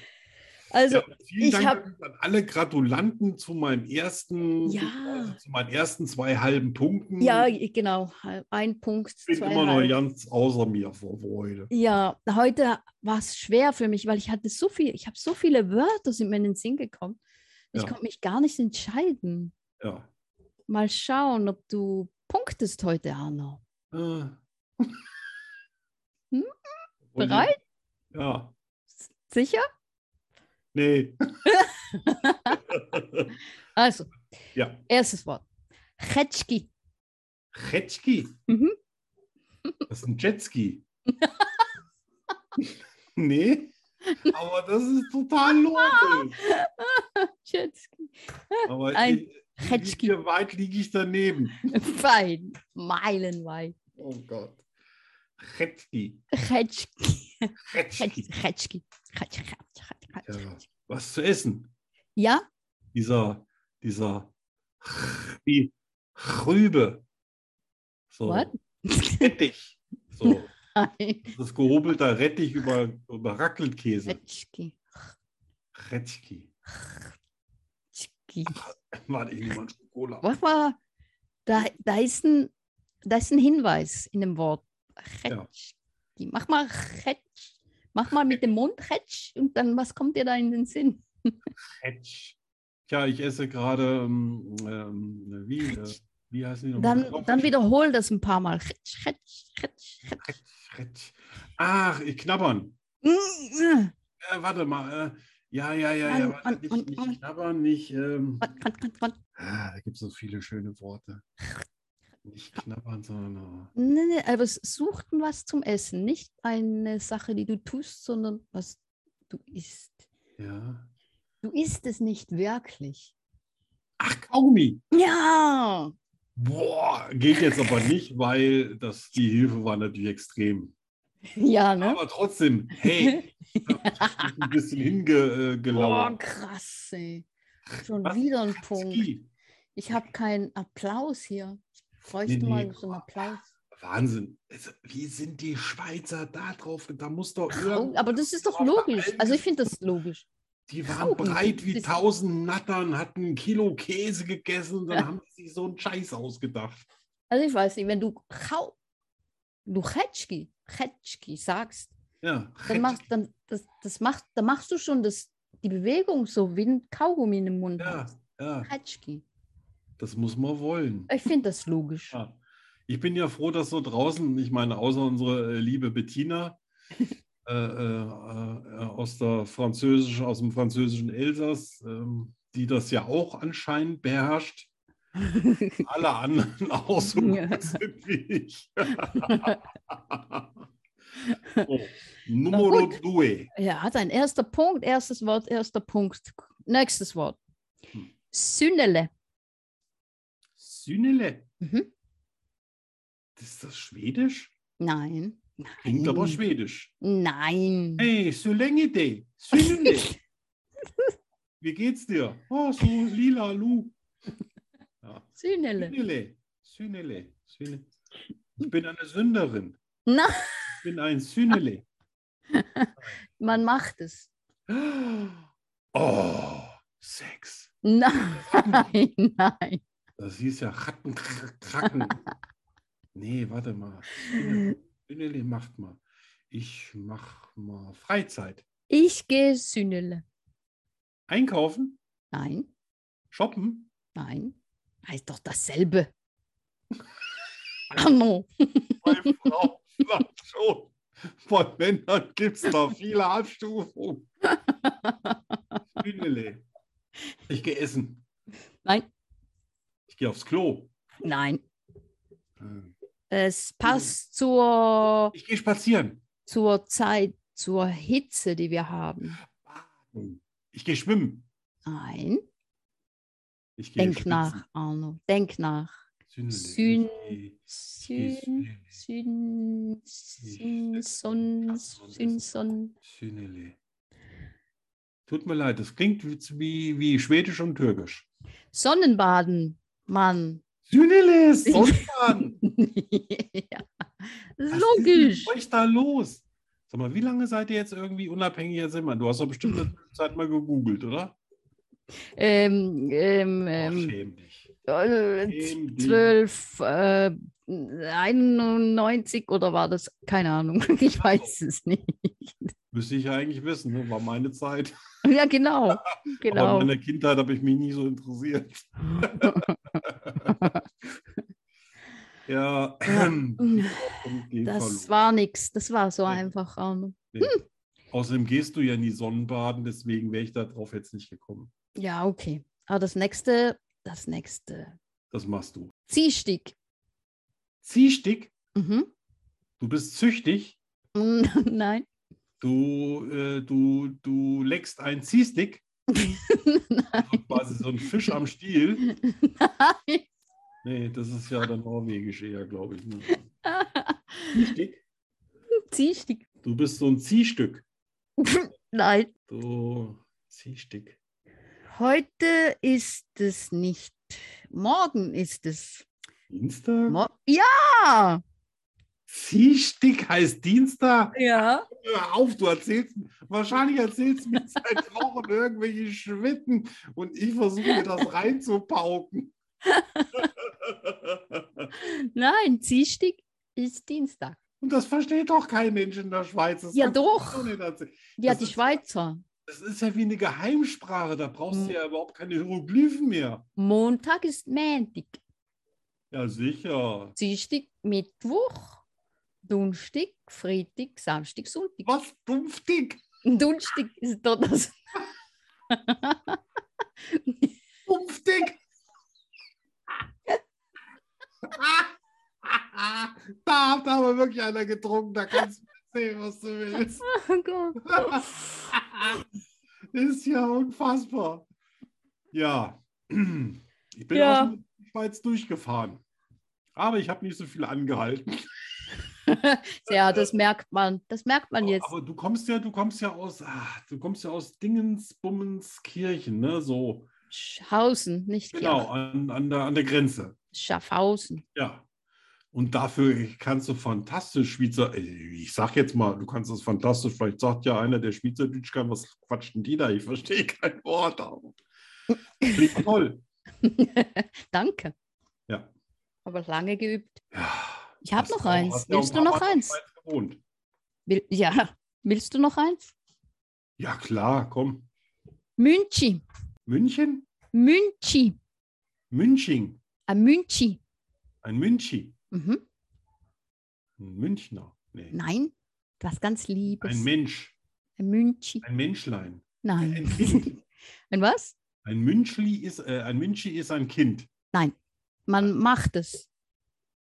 Speaker 3: Also,
Speaker 2: ja, vielen
Speaker 3: ich
Speaker 2: Dank
Speaker 3: hab-
Speaker 2: übrigens an alle Gratulanten zu meinem ersten,
Speaker 3: Ja.
Speaker 2: also zu meinen ersten zwei halben Punkten.
Speaker 3: ja, genau. Ein Punkt,
Speaker 2: ich bin
Speaker 3: zwei
Speaker 2: immer noch
Speaker 3: halb.
Speaker 2: ganz außer mir vor Freude.
Speaker 3: Ja, heute war es schwer für mich, weil ich hatte so viel, ich habe so viele Wörter sind mir in den Sinn gekommen. Ich
Speaker 2: Ja.
Speaker 3: konnte mich gar nicht entscheiden.
Speaker 2: Ja.
Speaker 3: Mal schauen, ob du punktest heute, Arno.
Speaker 2: Äh.
Speaker 3: Hm?
Speaker 2: Und-
Speaker 3: Bereit?
Speaker 2: Ja.
Speaker 3: Sicher?
Speaker 2: Nee.
Speaker 3: Also,
Speaker 2: Ja.
Speaker 3: erstes Wort. Chetschki.
Speaker 2: Jetski.
Speaker 3: Mhm.
Speaker 2: Das ist ein Jetski. nee. Aber das ist total logisch.
Speaker 3: Chetschki.
Speaker 2: Aber
Speaker 3: Ein
Speaker 2: ich-
Speaker 3: Jetski.
Speaker 2: Wie weit liege ich daneben?
Speaker 3: Fein. Meilenweit.
Speaker 2: Oh Gott. Chetski.
Speaker 3: Chetschki. Chetschki.
Speaker 2: Chetski.
Speaker 3: Chetsch- Chetsch- Chetsch- Chetsch-
Speaker 2: Ja.
Speaker 3: Chetsch.
Speaker 2: Was zu essen?
Speaker 3: Ja?
Speaker 2: Dieser, dieser, die Rübe. So.
Speaker 3: What?
Speaker 2: Rettich. So.
Speaker 3: Nein.
Speaker 2: Das ist gehobelte Rettich über, über Rackelkäse.
Speaker 3: Chetschki.
Speaker 2: Retschki.
Speaker 3: Chetschki.
Speaker 2: War irgendwann Schokolade.
Speaker 3: Was war? Da, da, ist ein, da ist ein Hinweis in dem Wort. Chetsch. Die- Mach mal Chetsch. Mach mal mit dem Mund Chetsch und dann, was kommt dir da in den Sinn?
Speaker 2: Retsch. Tja, ich esse gerade, ähm, ähm, wie, äh, wie heißen die
Speaker 3: Dann, dann wiederhol das ein paar Mal. Chetsch, Chetsch, Chetsch, Chetsch.
Speaker 2: Retsch, Retsch. Ach, ich knabbern.
Speaker 3: Mm,
Speaker 2: Äh, warte mal. Äh, ja, ja, ja, ja.
Speaker 3: An-
Speaker 2: Warte,
Speaker 3: an-
Speaker 2: nicht,
Speaker 3: an-
Speaker 2: nicht
Speaker 3: an-
Speaker 2: knabbern, nicht. Ähm,
Speaker 3: mm. Kann, kann, kann.
Speaker 2: ah, da gibt es so viele schöne Worte. Nicht knabbern, sondern. äh,
Speaker 3: Nee, nee, aber Ne, also es sucht was zum Essen. Nicht eine Sache, die du tust, sondern was du isst.
Speaker 2: Ja.
Speaker 3: Du isst es nicht wirklich.
Speaker 2: Ach, Kaumi.
Speaker 3: Ja!
Speaker 2: Boah, geht jetzt aber nicht, weil das, die Hilfe war natürlich extrem.
Speaker 3: Ja, ne?
Speaker 2: Aber trotzdem, hey, ich hab mich ein bisschen äh,
Speaker 3: Boah,
Speaker 2: hingelaufen.
Speaker 3: krass, ey. Schon
Speaker 2: Was?
Speaker 3: wieder ein Punkt. Ich habe keinen Applaus hier. Ich bräuchte
Speaker 2: Nee, nee.
Speaker 3: mal so einen Applaus.
Speaker 2: Wahnsinn. Also, wie sind die Schweizer da drauf? Da muss doch
Speaker 3: Oh,
Speaker 2: irgend-
Speaker 3: aber das ist doch
Speaker 2: aber
Speaker 3: logisch.
Speaker 2: allen
Speaker 3: Also ich finde das logisch.
Speaker 2: Die waren
Speaker 3: Trauben,
Speaker 2: breit wie
Speaker 3: das-
Speaker 2: tausend Nattern, hatten ein Kilo Käse gegessen und dann haben sie sich so einen Scheiß ausgedacht.
Speaker 3: Also ich weiß nicht, wenn du Chau, du Chetschki, Chetschki sagst,
Speaker 2: Ja,
Speaker 3: dann machst, dann, das, das macht, dann machst du schon das, die Bewegung so wie ein Kaugummi in den Mund.
Speaker 2: ja,
Speaker 3: hast.
Speaker 2: ja,
Speaker 3: Chetschki.
Speaker 2: das muss man wollen.
Speaker 3: Ich finde das logisch.
Speaker 2: Ja. Ich bin ja froh, dass so draußen, ich meine, außer unsere äh, liebe Bettina äh, äh, äh, aus, der französischen, aus dem französischen Elsass, ähm, die das ja auch anscheinend beherrscht, alle anderen auch so
Speaker 3: Ja.
Speaker 2: gut sind wie ich. so, Numero
Speaker 3: Na gut.
Speaker 2: due.
Speaker 3: Ja, hat ein erster Punkt, erstes Wort, erster Punkt. Nächstes Wort.
Speaker 2: Hm.
Speaker 3: Sünnele.
Speaker 2: Sünele.
Speaker 3: Mhm.
Speaker 2: Ist das Schwedisch?
Speaker 3: Nein.
Speaker 2: Klingt aber
Speaker 3: Nein.
Speaker 2: Schwedisch.
Speaker 3: Nein.
Speaker 2: Hey, so lange day. Ah, Sünde. Wie geht's dir? Oh, so lila Lu. Ja.
Speaker 3: Sünele.
Speaker 2: Sünele. Sünele. Sühne- Ich bin eine Sünderin.
Speaker 3: Nein.
Speaker 2: Ich bin ein Sünele.
Speaker 3: Man macht es.
Speaker 2: Oh, Sex.
Speaker 3: Nein, nein.
Speaker 2: Das hieß ja Ratten, Kracken. Nee, warte mal. Sünele- Sünele macht mal. Ich mach mal Freizeit.
Speaker 3: Ich gehe Sünele.
Speaker 2: Einkaufen,
Speaker 3: Nein,
Speaker 2: shoppen.
Speaker 3: nein. Heißt doch dasselbe. Arno.
Speaker 2: Bei Frauen vielleicht schon. Bei Männern gibt es da viele Abstufungen. Sünele. Ich gehe essen.
Speaker 3: Nein.
Speaker 2: Ich gehe aufs Klo.
Speaker 3: Nein. Es passt zur,
Speaker 2: Ich gehe spazieren.
Speaker 3: zur Zeit, zur Hitze, die wir haben.
Speaker 2: Ich gehe schwimmen.
Speaker 3: Nein.
Speaker 2: Ich gehe
Speaker 3: Denk nach, Arno. Denk nach.
Speaker 2: Sünele. Ich gehe
Speaker 3: Syn,
Speaker 2: Sünele.
Speaker 3: syn, syn, son, syn, son.
Speaker 2: Sünele. Tut mir leid, das klingt wie, wie Schwedisch und Türkisch.
Speaker 3: Sonnenbaden, Mann.
Speaker 2: Sünele ist Sonnenbaden.
Speaker 3: ja.
Speaker 2: Was ist
Speaker 3: Logisch.
Speaker 2: mit euch da los? Sag mal, wie lange seid ihr jetzt irgendwie unabhängiger Zimmer? Du hast doch bestimmt in der Zeit mal gegoogelt, oder?
Speaker 3: Ähm, ähm,
Speaker 2: Ach,
Speaker 3: ähm,
Speaker 2: schäm dich.
Speaker 3: äh,
Speaker 2: Schäm dich.
Speaker 3: 12, äh, 91 oder war das? Keine Ahnung. Ich weiß es nicht.
Speaker 2: Müsste ich ja eigentlich wissen, ne? war meine Zeit.
Speaker 3: Ja, genau.
Speaker 2: Aber
Speaker 3: Genau.
Speaker 2: in meiner Kindheit habe ich mich nie so interessiert. ja, gehen
Speaker 3: Das
Speaker 2: verloren.
Speaker 3: war nix. Das war so
Speaker 2: Nee.
Speaker 3: einfach. Arno.
Speaker 2: Außerdem gehst du ja nie Sonnenbaden, deswegen wäre ich darauf jetzt nicht gekommen.
Speaker 3: Ja, okay. Aber das nächste, das nächste.
Speaker 2: Das machst du.
Speaker 3: Ziehstieg.
Speaker 2: Ziehstick,
Speaker 3: Mhm.
Speaker 2: du bist züchtig,
Speaker 3: Nein.
Speaker 2: du, äh, du, du leckst einen Ziehstick, also quasi so ein Fisch am Stiel.
Speaker 3: Nein.
Speaker 2: Nee, das ist ja der norwegische eher, glaube ich. Ne? Ziehstick,
Speaker 3: Ziehstieg.
Speaker 2: du bist so ein Ziehstück.
Speaker 3: Nein.
Speaker 2: Du Ziehstick.
Speaker 3: Heute ist es nicht. Morgen ist es.
Speaker 2: Dienstag?
Speaker 3: Mo ja!
Speaker 2: Ziehstick heißt Dienstag?
Speaker 3: Ja.
Speaker 2: Hör auf, du erzählst, wahrscheinlich erzählst du mir seit Wochen irgendwelche Schwitten und ich versuche mir das reinzupauken.
Speaker 3: Nein, Ziehstieg ist Dienstag.
Speaker 2: Und das versteht doch kein Mensch in der Schweiz. Das
Speaker 3: Ja,
Speaker 2: kannst du
Speaker 3: doch.
Speaker 2: nicht erzählen.
Speaker 3: Ja,
Speaker 2: Das
Speaker 3: die
Speaker 2: ist-
Speaker 3: Schweizer.
Speaker 2: Das ist ja wie eine Geheimsprache, da
Speaker 3: Hm.
Speaker 2: brauchst du ja überhaupt keine Hieroglyphen mehr.
Speaker 3: Montag ist Montag.
Speaker 2: Ja, sicher.
Speaker 3: Dienstag, Mittwoch, Donnerstag, Freitag, Samstag, Sonntag.
Speaker 2: Was dumpftig?
Speaker 3: Donnerstag ist da das.
Speaker 2: Dumpftig! da hat aber wirklich einer getrunken, da kannst du sehen, was du willst.
Speaker 3: Oh Gott.
Speaker 2: ist ja unfassbar. Ja, ich bin
Speaker 3: Ja.
Speaker 2: auch schon in die Schweiz durchgefahren. Aber ich habe nicht so viel angehalten.
Speaker 3: Ja, das merkt man. Das merkt man jetzt.
Speaker 2: Aber du kommst ja, du kommst ja aus, ah, du kommst ja aus Dingensbummenskirchen, ne? So,
Speaker 3: Schausen, nicht
Speaker 2: genau,
Speaker 3: genau.
Speaker 2: an, an, der, an der Grenze.
Speaker 3: Schaffhausen.
Speaker 2: Ja. Und dafür kannst du fantastisch Schweizer, äh, ich sag jetzt mal, du kannst das fantastisch, vielleicht sagt ja einer, der Schweizerdeutsch kann, was quatschen die da? Ich verstehe kein Wort. aber Klingt toll.
Speaker 3: Danke.
Speaker 2: Ja.
Speaker 3: Aber lange geübt.
Speaker 2: Ja.
Speaker 3: Ich habe
Speaker 2: Hast
Speaker 3: noch
Speaker 2: auch-
Speaker 3: eins.
Speaker 2: hast ja auch
Speaker 3: Willst
Speaker 2: ein
Speaker 3: du
Speaker 2: paar
Speaker 3: noch
Speaker 2: Mal in der
Speaker 3: eins?
Speaker 2: Schweiz Gewohnt.
Speaker 3: Will, ja. Willst du noch eins?
Speaker 2: Ja, klar, komm.
Speaker 3: Münchi.
Speaker 2: München?
Speaker 3: Münchi.
Speaker 2: Münching.
Speaker 3: Ein Münchi.
Speaker 2: Ein Münchi.
Speaker 3: Mhm.
Speaker 2: Ein Münchner. Nee.
Speaker 3: Nein. Was ganz Liebes.
Speaker 2: Ein Mensch.
Speaker 3: Ein Münchi.
Speaker 2: Ein Menschlein.
Speaker 3: Nein.
Speaker 2: Ein Kind.
Speaker 3: Ein was?
Speaker 2: Ein Münchli ist, äh, ein Münchi ist ein Kind.
Speaker 3: Man macht es.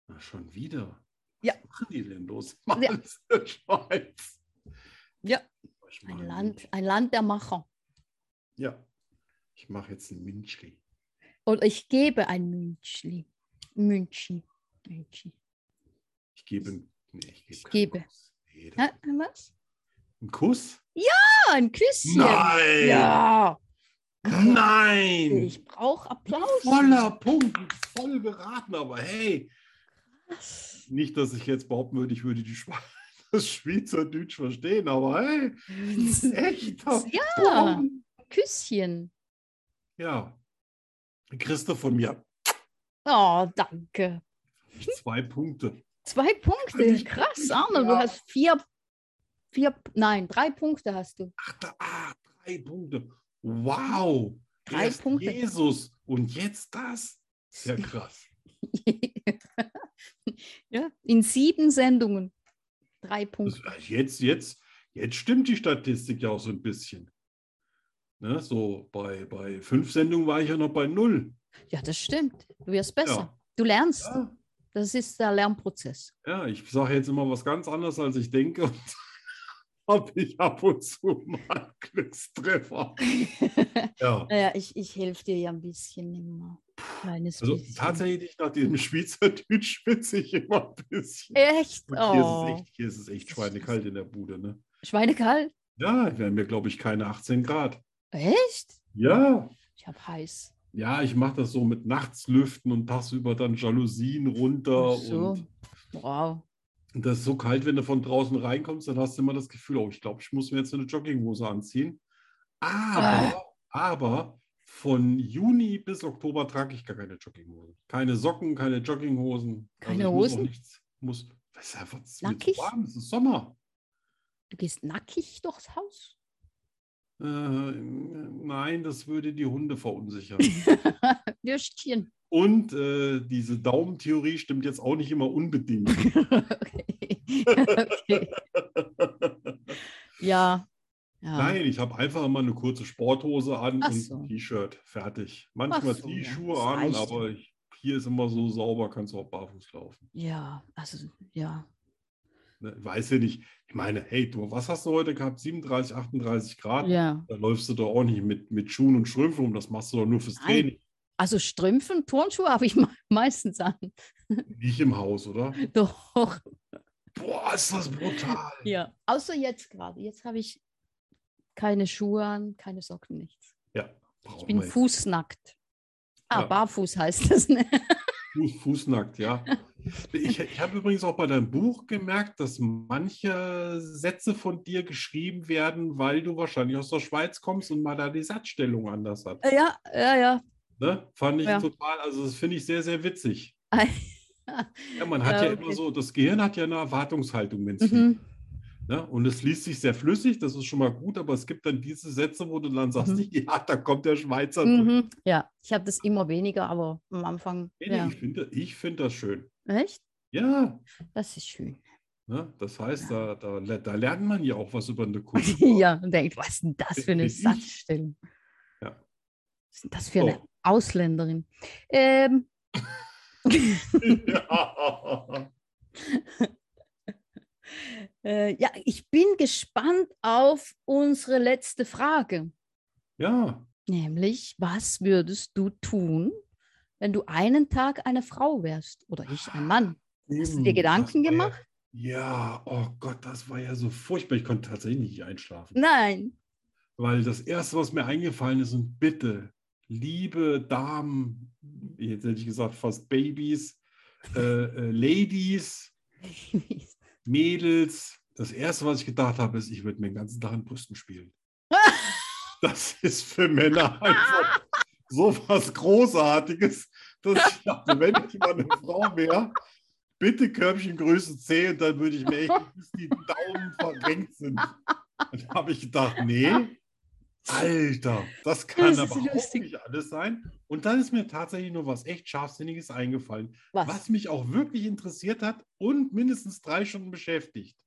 Speaker 2: Na, schon wieder.
Speaker 3: Ja.
Speaker 2: Was machen die denn los?
Speaker 3: Ja.
Speaker 2: Alles in der Schweiz.
Speaker 3: Ja.
Speaker 2: Ich mach
Speaker 3: Ein
Speaker 2: einen
Speaker 3: Land,
Speaker 2: Münch-
Speaker 3: ein Land der Macher.
Speaker 2: Ja. Ich mache jetzt ein Münchli.
Speaker 3: Oder ich gebe ein Münchli. Münchi. Münchi.
Speaker 2: Ich gebe. ein- Nee,
Speaker 3: Ich
Speaker 2: ich gebe. keinen
Speaker 3: gebe.
Speaker 2: Kuss. Nee, das-
Speaker 3: Ja, ein was?
Speaker 2: Ein Kuss?
Speaker 3: Ah, ein Küsschen.
Speaker 2: Nein!
Speaker 3: Ja.
Speaker 2: Nein!
Speaker 3: Ich brauche Applaus.
Speaker 2: Voller Punkt, voll beraten, aber hey. Nicht, dass ich jetzt behaupten würde, ich würde die Schwe das Schweizerdeutsch verstehen, aber hey, echt.
Speaker 3: Ja, Küsschen.
Speaker 2: Ja. Christa von mir.
Speaker 3: Oh, danke.
Speaker 2: Zwei Punkte.
Speaker 3: Zwei Punkte, krass, Arne, du hast vier, vier, nein, drei Punkte hast du.
Speaker 2: Ach, da, ah, drei Punkte. Wow.
Speaker 3: Drei
Speaker 2: Erst
Speaker 3: Punkte.
Speaker 2: Jesus und jetzt das? Sehr krass.
Speaker 3: ja, in sieben Sendungen. Drei
Speaker 2: Das, äh,
Speaker 3: Punkte.
Speaker 2: jetzt, jetzt, jetzt stimmt die Statistik ja auch so ein bisschen. Ne, so bei, bei fünf Sendungen war ich ja noch bei null.
Speaker 3: Ja, das stimmt. Du wirst besser.
Speaker 2: Ja.
Speaker 3: Du lernst.
Speaker 2: Ja,
Speaker 3: Das ist der Lernprozess.
Speaker 2: ja ich sage jetzt immer was ganz anderes, als ich denke. Und habe ich ab und zu mal Glückstreffer. Ja.
Speaker 3: Naja, ich, ich helfe dir ja ein bisschen immer. Kleines
Speaker 2: Also
Speaker 3: bisschen.
Speaker 2: tatsächlich nach diesem Schweizerdeutsch schwitze ich immer ein bisschen.
Speaker 3: Echt?
Speaker 2: Und hier, ist
Speaker 3: Oh.
Speaker 2: es echt, hier ist es echt schweinekalt in der Bude. Ne?
Speaker 3: Schweinekalt?
Speaker 2: Ja, wären mir, glaube ich, keine 18 Grad.
Speaker 3: Echt?
Speaker 2: Ja,
Speaker 3: Ich habe heiß.
Speaker 2: ja, ich mache das so mit nachts lüften und tagsüber dann Jalousien runter.
Speaker 3: Ach so.
Speaker 2: Und
Speaker 3: Wow.
Speaker 2: und das ist so kalt, wenn du von draußen reinkommst, dann hast du immer das Gefühl, oh, ich glaube, ich muss mir jetzt eine Jogginghose anziehen.
Speaker 3: Ah.
Speaker 2: Aber, aber von Juni bis Oktober trage ich gar keine Jogginghose. Keine Socken, keine Jogginghosen. Also
Speaker 3: Keine
Speaker 2: ich Muss,
Speaker 3: Hosen?
Speaker 2: auch nichts, muss das ist einfach zu
Speaker 3: Nackig?
Speaker 2: warm, es ist Sommer.
Speaker 3: Du gehst nackig durchs Haus?
Speaker 2: Äh, nein, das würde die Hunde verunsichern.
Speaker 3: Würstchen.
Speaker 2: Und äh, diese Daumentheorie stimmt jetzt auch nicht immer unbedingt.
Speaker 3: okay. okay. Ah. Ja. ja.
Speaker 2: Nein, ich habe einfach immer eine kurze Sporthose an
Speaker 3: Ach
Speaker 2: und
Speaker 3: so.
Speaker 2: ein T-Shirt. Fertig. Manchmal
Speaker 3: Ach so,
Speaker 2: die
Speaker 3: ja.
Speaker 2: Schuhe
Speaker 3: Das
Speaker 2: an,
Speaker 3: reicht ja.
Speaker 2: aber ich, hier ist immer so sauber, kannst du auch barfuß laufen.
Speaker 3: Ja, also ja.
Speaker 2: Ne? Weiß ja nicht. Ich meine, hey, du, was hast du heute gehabt? 37, 38 Grad?
Speaker 3: Ja.
Speaker 2: Da läufst du doch auch nicht mit, mit Schuhen und Strümpfen um. Das machst du doch nur fürs
Speaker 3: Nein.
Speaker 2: Training.
Speaker 3: Also Strümpfen, Turnschuhe habe ich me- meistens an.
Speaker 2: Nicht im Haus, oder?
Speaker 3: Doch.
Speaker 2: Boah, ist das brutal.
Speaker 3: Ja. Außer jetzt gerade. Jetzt habe ich keine Schuhe an, keine Socken, nichts. Ich
Speaker 2: Braucht
Speaker 3: bin
Speaker 2: man jetzt.
Speaker 3: fußnackt. Ah,
Speaker 2: Ja.
Speaker 3: barfuß heißt das. Ne?
Speaker 2: Fuß, Fußnackt, ja. Ich, ich habe übrigens auch bei deinem Buch gemerkt, dass manche Sätze von dir geschrieben werden, weil du wahrscheinlich aus der Schweiz kommst und mal da die Satzstellung anders hat.
Speaker 3: Ja, ja, ja.
Speaker 2: Ne? Fand ich
Speaker 3: Ja.
Speaker 2: total, also das finde ich sehr, sehr witzig. Ja, man hat
Speaker 3: Ja,
Speaker 2: ja,
Speaker 3: okay.
Speaker 2: immer so, das Gehirn hat ja eine Erwartungshaltung, wenn es liest.
Speaker 3: Mhm.
Speaker 2: Ne? Und es liest sich sehr flüssig, das ist schon mal gut, aber es gibt dann diese Sätze, wo du dann sagst,
Speaker 3: Mhm.
Speaker 2: ja, da kommt der Schweizer durch.
Speaker 3: Mhm. Ja, ich habe das immer weniger, aber am Anfang. Ja.
Speaker 2: Ich finde ich find das schön.
Speaker 3: Echt?
Speaker 2: Ja,
Speaker 3: Das ist schön.
Speaker 2: Ne? Das heißt, da, da, da lernt man ja auch was über eine Kunst.
Speaker 3: ja, und denkt, was ist denn das für eine
Speaker 2: Ich-
Speaker 3: Satzstellung?
Speaker 2: Ja. Oh.
Speaker 3: Was ist denn das für
Speaker 2: So.
Speaker 3: eine Ausländerin? Ähm,
Speaker 2: ja.
Speaker 3: äh, ja, ich bin gespannt auf unsere letzte Frage.
Speaker 2: ja,
Speaker 3: Nämlich, was würdest du tun, wenn du einen Tag eine Frau wärst oder ich ein Mann? Hast du dir
Speaker 2: Mm,
Speaker 3: Gedanken
Speaker 2: das war
Speaker 3: gemacht?
Speaker 2: Ja, ja, oh Gott, das war ja so furchtbar. Ich konnte tatsächlich nicht einschlafen.
Speaker 3: Nein.
Speaker 2: Weil das Erste, was mir eingefallen ist, und bitte, liebe Damen, jetzt hätte ich gesagt fast Babys, äh, äh, Ladies, Mädels, das Erste, was ich gedacht habe, ist, ich würde mir den ganzen Tag in Brüsten spielen. Das ist für Männer einfach so was Großartiges, dass ich dachte, wenn ich mal eine Frau wäre, bitte Körbchen Größe C und dann würde ich mir echt, bis die Daumen verrenkt sind. Dann habe ich gedacht, nee, Alter, das kann
Speaker 3: Das ist
Speaker 2: aber auch
Speaker 3: lustig.
Speaker 2: nicht alles sein. Und dann ist mir tatsächlich nur was echt Scharfsinniges eingefallen
Speaker 3: Was?
Speaker 2: was mich auch wirklich interessiert hat und mindestens drei Stunden beschäftigt.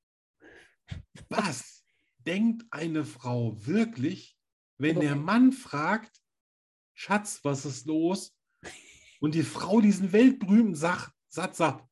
Speaker 2: Was denkt eine Frau wirklich, wenn der Mann fragt, Schatz, was ist los? Und die Frau diesen weltberühmten Sach Satz sagt,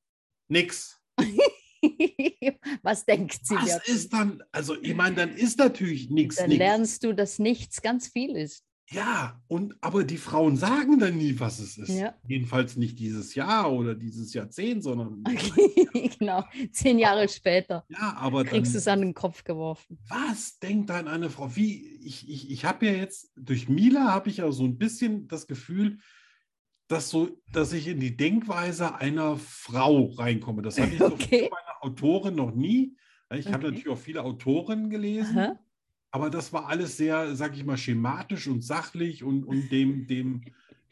Speaker 2: nix.
Speaker 3: was denkt sie
Speaker 2: Was
Speaker 3: dazu?
Speaker 2: ist dann, also ich meine, dann ist natürlich nichts.
Speaker 3: Dann
Speaker 2: nix.
Speaker 3: lernst du, dass nichts ganz viel ist.
Speaker 2: Ja, und aber die Frauen sagen dann nie, was es ist.
Speaker 3: Ja.
Speaker 2: Jedenfalls nicht dieses Jahr oder dieses Jahrzehnt, sondern
Speaker 3: Okay, genau. Zehn Jahre später
Speaker 2: ja, aber dann,
Speaker 3: kriegst du es an den Kopf geworfen.
Speaker 2: was denkt dann eine Frau? Wie ich ich, ich habe ja jetzt durch Mila habe ich ja so ein bisschen das Gefühl, dass so, dass ich in die Denkweise einer Frau reinkomme. Das habe ich so
Speaker 3: Okay.
Speaker 2: von meiner Autorin noch nie. Ich
Speaker 3: Okay.
Speaker 2: habe natürlich auch viele Autoren gelesen.
Speaker 3: Aha.
Speaker 2: Aber das war alles sehr, sag ich mal, schematisch und sachlich und, und dem, dem,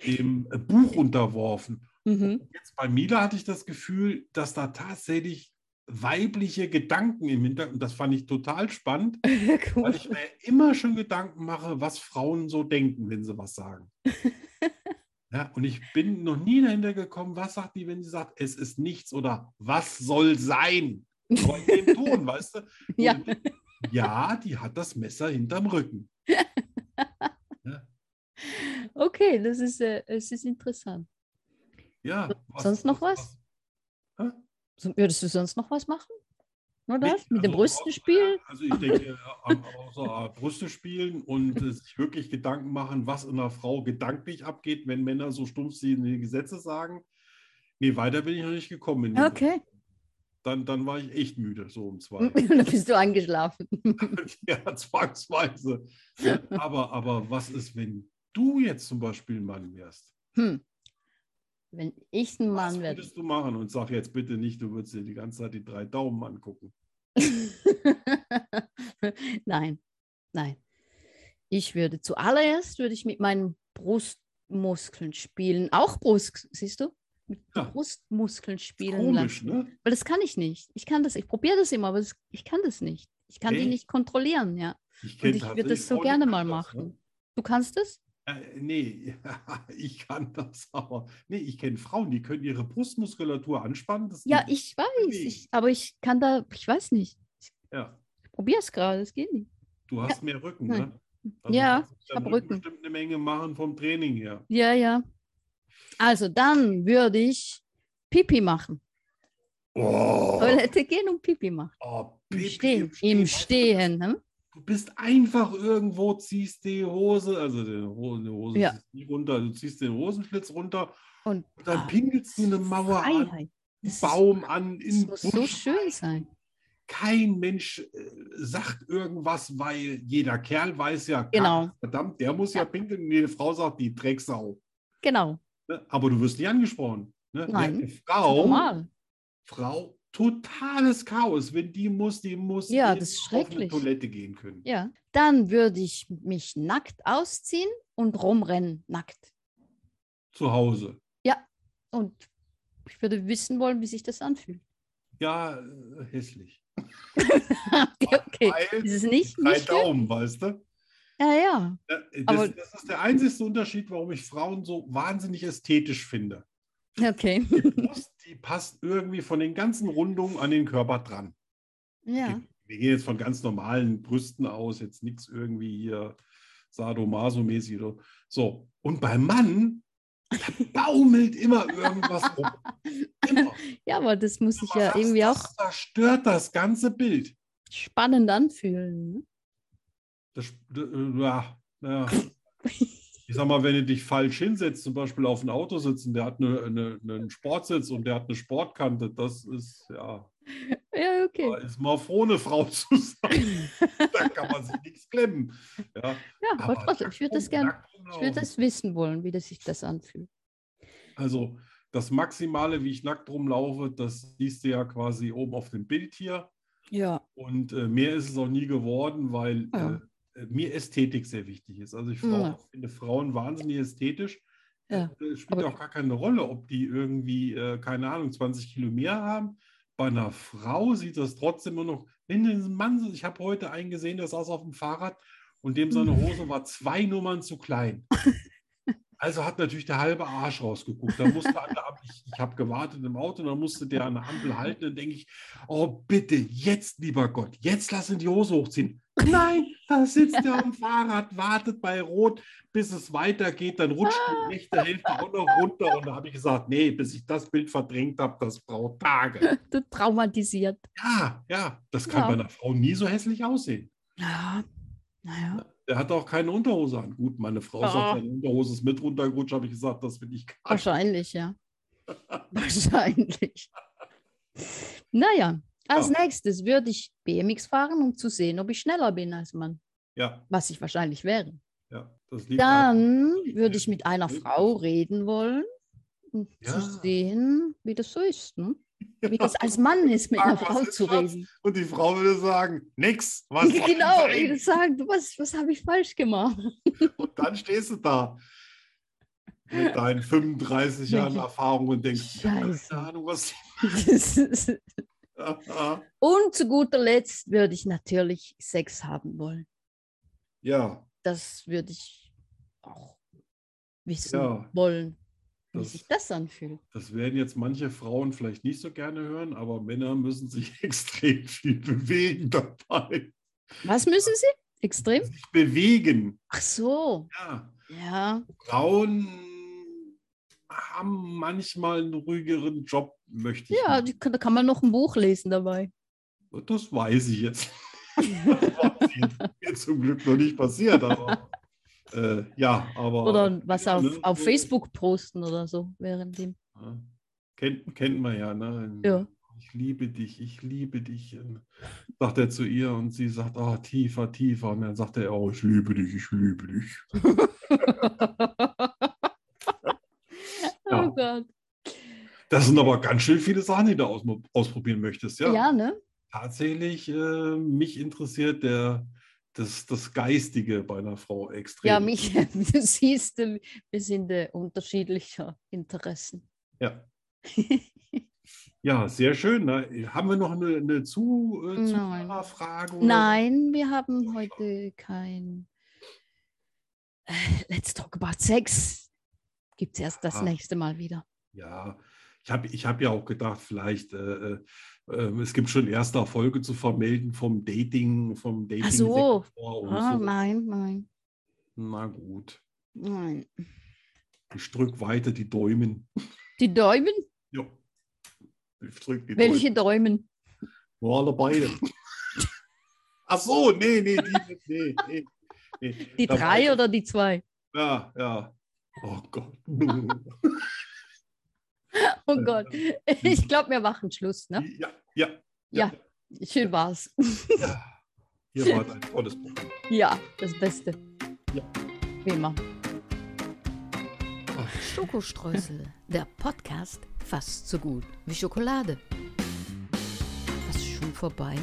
Speaker 2: dem äh, Buch unterworfen.
Speaker 3: Mhm.
Speaker 2: Jetzt bei Mila hatte ich das Gefühl, dass da tatsächlich weibliche Gedanken im Hintergrund, das fand ich total spannend, weil
Speaker 3: cool.
Speaker 2: ich mir immer schon Gedanken mache, was Frauen so denken, wenn sie was sagen. Ja, und ich bin noch nie dahinter gekommen, was sagt die, wenn sie sagt, es ist nichts oder was soll sein? Aber in dem Ton, weißt du?
Speaker 3: Ja.
Speaker 2: ja, die hat das Messer hinterm Rücken.
Speaker 3: Okay, das ist, äh, es ist interessant.
Speaker 2: Ja.
Speaker 3: Sonst noch was? So, Würdest du sonst noch was machen? Nur
Speaker 2: Nee,
Speaker 3: das? Mit dem
Speaker 2: also außer-
Speaker 3: Brüstenspiel?
Speaker 2: ja, Also ich denke, am- außer äh, Brüste spielen und äh, sich wirklich Gedanken machen, was in einer Frau gedanklich abgeht, wenn Männer so stumpf sie in die Gesetze sagen. Nee, weiter bin ich noch nicht gekommen. in dem
Speaker 3: Okay.
Speaker 2: Thema. Dann, dann war ich echt müde, so um zwei.
Speaker 3: Dann bist du eingeschlafen.
Speaker 2: ja, zwangsweise. Ja, aber, aber was ist, wenn du jetzt zum Beispiel ein Mann wärst?
Speaker 3: Hm. Wenn ich ein
Speaker 2: Was
Speaker 3: Mann werde.
Speaker 2: würdest du machen? Und sag jetzt bitte nicht, du würdest dir die ganze Zeit die drei Daumen angucken.
Speaker 3: nein, nein. Ich würde zuallererst würde ich mit meinen Brustmuskeln spielen. Auch Brust, siehst du? Mit
Speaker 2: Ja.
Speaker 3: Brustmuskeln spielen
Speaker 2: Komisch,
Speaker 3: lassen.
Speaker 2: ne?
Speaker 3: Weil das kann ich nicht. Ich kann das, ich probiere das immer, aber das, ich kann das nicht. Ich kann die
Speaker 2: Echt?
Speaker 3: nicht kontrollieren, ja.
Speaker 2: kenn
Speaker 3: Und ich würde
Speaker 2: tatsächlich
Speaker 3: das so
Speaker 2: Frauen, die
Speaker 3: gerne
Speaker 2: können
Speaker 3: mal
Speaker 2: das, ne?
Speaker 3: machen. Du kannst es?
Speaker 2: Äh, nee, ich kann das aber. Nee, ich kenne Frauen, die können ihre Brustmuskulatur anspannen. Das
Speaker 3: Ja,
Speaker 2: geht-
Speaker 3: ich weiß.
Speaker 2: Mhm. Nee.
Speaker 3: Ich, aber ich kann da, ich weiß nicht.
Speaker 2: ja.
Speaker 3: Ich probiere es gerade, es geht nicht.
Speaker 2: Du hast mehr Rücken, ne?
Speaker 3: Hm. Ja,
Speaker 2: kannst du mit deinem
Speaker 3: hab Rücken.
Speaker 2: bestimmt eine Menge machen vom Training her.
Speaker 3: Ja, ja. Also dann würde ich Pipi machen.
Speaker 2: Oh,
Speaker 3: Toilette gehen und um Pipi machen.
Speaker 2: oh,
Speaker 3: Im
Speaker 2: Pipi
Speaker 3: Stehen. Im
Speaker 2: weißt du,
Speaker 3: Stehen. Hm?
Speaker 2: Du bist einfach irgendwo, ziehst die Hose, also die Ho- die Hose
Speaker 3: Ja.
Speaker 2: ziehst du nicht runter, du ziehst den Hosenschlitz runter
Speaker 3: Und
Speaker 2: und dann
Speaker 3: ah,
Speaker 2: pinkelst du eine Mauer an,
Speaker 3: Freiheit.
Speaker 2: einen
Speaker 3: Das, ist,
Speaker 2: Baum an, in
Speaker 3: das
Speaker 2: den
Speaker 3: muss
Speaker 2: Busch
Speaker 3: so schön sein.
Speaker 2: kein Mensch äh, sagt irgendwas, weil jeder Kerl weiß ja,
Speaker 3: Genau.
Speaker 2: Kack, verdammt, der muss ja pinkeln. Und jede Frau sagt, die Drecksau.
Speaker 3: Genau.
Speaker 2: Ne? Aber du wirst nicht angesprochen. Ne?
Speaker 3: Nein,
Speaker 2: Eine Frau,
Speaker 3: Normal.
Speaker 2: Frau, totales Chaos. Wenn die muss, die muss
Speaker 3: Ja,
Speaker 2: eben
Speaker 3: das ist
Speaker 2: auf eine
Speaker 3: schrecklich.
Speaker 2: Toilette gehen können.
Speaker 3: Ja. Dann würde ich mich nackt ausziehen und rumrennen, nackt.
Speaker 2: Zu Hause.
Speaker 3: Und ich würde wissen wollen, wie sich das anfühlt.
Speaker 2: Ja, äh, hässlich.
Speaker 3: okay, okay.
Speaker 2: Weil
Speaker 3: Ist es nicht?
Speaker 2: drei
Speaker 3: nicht schön?
Speaker 2: Daumen, weißt du?
Speaker 3: ja, ja.
Speaker 2: Ja, Das,
Speaker 3: Aber-
Speaker 2: das ist der einzige Unterschied, warum ich Frauen so wahnsinnig ästhetisch finde.
Speaker 3: Okay.
Speaker 2: die Brust, die passt irgendwie von den ganzen Rundungen an den Körper dran.
Speaker 3: Ja.
Speaker 2: Wir gehen jetzt von ganz normalen Brüsten aus, jetzt nichts irgendwie hier sadomaso-mäßig. oder- So, und beim Mann, da baumelt immer irgendwas rum. Immer.
Speaker 3: ja, aber das muss sich ja
Speaker 2: Aber das-
Speaker 3: irgendwie auch
Speaker 2: Das zerstört das ganze Bild.
Speaker 3: spannend anfühlen. ne?
Speaker 2: Das, d- äh, ja, ja. Ich sag mal, wenn du dich falsch hinsetzt, zum Beispiel auf ein Auto sitzen, der hat eine, eine, einen Sportsitz und der hat eine Sportkante, das ist, ja,
Speaker 3: Ja, okay.
Speaker 2: Da ist mal froh, eine Frau zu sein. da kann man sich nichts klemmen. Ja, Oh,
Speaker 3: Ja, aber trotzdem, ich würde das gerne, ich würde
Speaker 2: das
Speaker 3: das wissen wollen, wie das sich das anfühlt.
Speaker 2: also das Maximale, wie ich nackt rumlaufe, das siehst du ja quasi oben auf dem Bild hier.
Speaker 3: Ja.
Speaker 2: Und äh, mehr ist es auch nie geworden, weil
Speaker 3: Ja.
Speaker 2: äh, mir Ästhetik sehr wichtig ist. Also ich
Speaker 3: Ja.
Speaker 2: Frau, finde Frauen wahnsinnig ästhetisch.
Speaker 3: Mhm. Ja.
Speaker 2: Äh, spielt
Speaker 3: Aber-
Speaker 2: auch gar keine Rolle, ob die irgendwie, äh, keine Ahnung, 20 Kilo mehr haben. Bei einer Frau sieht das trotzdem immer noch, wenn ein Mann, so- ich habe heute einen gesehen, der saß auf dem Fahrrad und dem seine
Speaker 3: Mhm.
Speaker 2: Hose war zwei Nummern zu klein. Also hat natürlich der halbe Arsch rausgeguckt. Da musste an der Ampel, ich, ich habe gewartet im Auto, und dann musste der an der Ampel halten. Dann denke ich, oh bitte, jetzt, lieber Gott, jetzt lass ihn die Hose hochziehen. Nein, da sitzt er am Fahrrad, wartet bei Rot, bis es weitergeht. Dann rutscht
Speaker 3: Ah.
Speaker 2: die rechte Hälfte auch noch runter. Und da habe ich gesagt, nee, bis ich das Bild verdrängt habe, das braucht Tage.
Speaker 3: Du traumatisiert.
Speaker 2: Ja, ja, das kann
Speaker 3: Ja.
Speaker 2: bei einer Frau nie so hässlich aussehen.
Speaker 3: Ja, naja.
Speaker 2: Der hatte auch keine Unterhose an. Gut, meine Frau
Speaker 3: Ah.
Speaker 2: sagt, seine Unterhose ist mit runtergerutscht, habe ich gesagt, das will ich gar nicht.
Speaker 3: Wahrscheinlich, ja. Wahrscheinlich. Naja, als
Speaker 2: Ja.
Speaker 3: nächstes würde ich BMX fahren, um zu sehen, ob ich schneller bin als man,
Speaker 2: Ja,
Speaker 3: was ich wahrscheinlich wäre.
Speaker 2: ja, das liegt
Speaker 3: Dann
Speaker 2: an-
Speaker 3: würde ich mit einer Frau reden wollen, um
Speaker 2: Ja.
Speaker 3: zu sehen, wie das so ist. Ne? Wie das als Mann ist, mit einer
Speaker 2: Frag, was
Speaker 3: Frau
Speaker 2: ist
Speaker 3: zu
Speaker 2: das?
Speaker 3: reden.
Speaker 2: Und die Frau würde sagen, nix. Was soll
Speaker 3: genau,
Speaker 2: das
Speaker 3: ich
Speaker 2: sein?
Speaker 3: würde sagen, du, was, was habe ich falsch gemacht?
Speaker 2: Und dann stehst du da mit deinen 35 Jahren Erfahrung und denkst, ich habe
Speaker 3: Scheiße.
Speaker 2: keine Ahnung, was.
Speaker 3: Das ist- Und zu guter Letzt würde ich natürlich Sex haben wollen.
Speaker 2: ja,
Speaker 3: Das würde ich auch wissen
Speaker 2: Ja.
Speaker 3: wollen, wie
Speaker 2: Das-
Speaker 3: sich das anfühlt.
Speaker 2: das werden jetzt manche Frauen vielleicht nicht so gerne hören, aber Männer müssen sich extrem viel bewegen dabei.
Speaker 3: Was müssen Sie? Extrem?
Speaker 2: Sich bewegen.
Speaker 3: Ach so,
Speaker 2: Ja.
Speaker 3: ja.
Speaker 2: Frauen haben manchmal einen ruhigeren Job, möchte ich
Speaker 3: Ja, die, kann- da kann man noch ein Buch lesen dabei.
Speaker 2: Und Das weiß ich jetzt. Das weiß ich jetzt. Mir zum Glück noch nicht passiert, aber äh, ja, aber.
Speaker 3: Oder was auf,
Speaker 2: ne,
Speaker 3: auf
Speaker 2: so,
Speaker 3: Facebook posten oder so, während dem.
Speaker 2: ja. Kennt, kennt man ja, ne?
Speaker 3: Ja.
Speaker 2: Ich liebe dich, ich liebe dich. Und Sagt er zu ihr und sie sagt, ah, tiefer, tiefer. Und dann sagt er, oh, ich liebe dich, ich liebe dich. Ja.
Speaker 3: Oh Gott.
Speaker 2: Das sind aber ganz schön viele Sachen, die du aus, ausprobieren möchtest,
Speaker 3: Ja, ne?
Speaker 2: tatsächlich äh, mich interessiert der, das, das Geistige bei einer Frau extrem.
Speaker 3: Ja, mich, du siehst, äh, wir sind äh, unterschiedlicher Interessen.
Speaker 2: Ja. Ja, sehr schön. Ne? Haben wir noch eine, eine Zu, äh,
Speaker 3: Nein.
Speaker 2: Zuhörerfrage? oder-
Speaker 3: Nein, wir haben heute kein äh, Let's Talk About Sex. Gibt es erst das
Speaker 2: Ah.
Speaker 3: nächste Mal wieder.
Speaker 2: Ja, ich habe ich hab ja auch gedacht, vielleicht, äh, äh, es gibt schon erste Erfolge zu vermelden vom Dating, vom Dating.
Speaker 3: so.
Speaker 2: und
Speaker 3: Ah,
Speaker 2: so.
Speaker 3: nein, nein,
Speaker 2: Na gut.
Speaker 3: nein.
Speaker 2: Ich drücke weiter die Däumen.
Speaker 3: Die Däumen?
Speaker 2: Ja. Ich drück die Däumen.
Speaker 3: Welche Däumen?
Speaker 2: Nur alle beide. Ach so, nee, nee, die, nee, nee, nee.
Speaker 3: Die
Speaker 2: Da
Speaker 3: drei
Speaker 2: war-
Speaker 3: oder die zwei?
Speaker 2: Ja, ja. Oh Gott.
Speaker 3: Ne? Oh Gott. Ich glaube, wir machen Schluss, ne?
Speaker 2: ja, ja,
Speaker 3: Schön war's.
Speaker 2: ja. Hier war dein tolles Programm.
Speaker 3: Ja, das Beste.
Speaker 2: Ja.
Speaker 3: Wie immer.
Speaker 4: Schokostreusel, der Podcast fast so gut wie Schokolade. Was ist schon vorbei?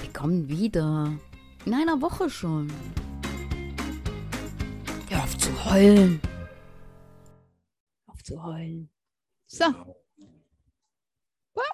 Speaker 4: Wir kommen wieder. In einer Woche schon. Hör auf zu heulen.
Speaker 3: Auf zu heulen. So.
Speaker 2: Genau.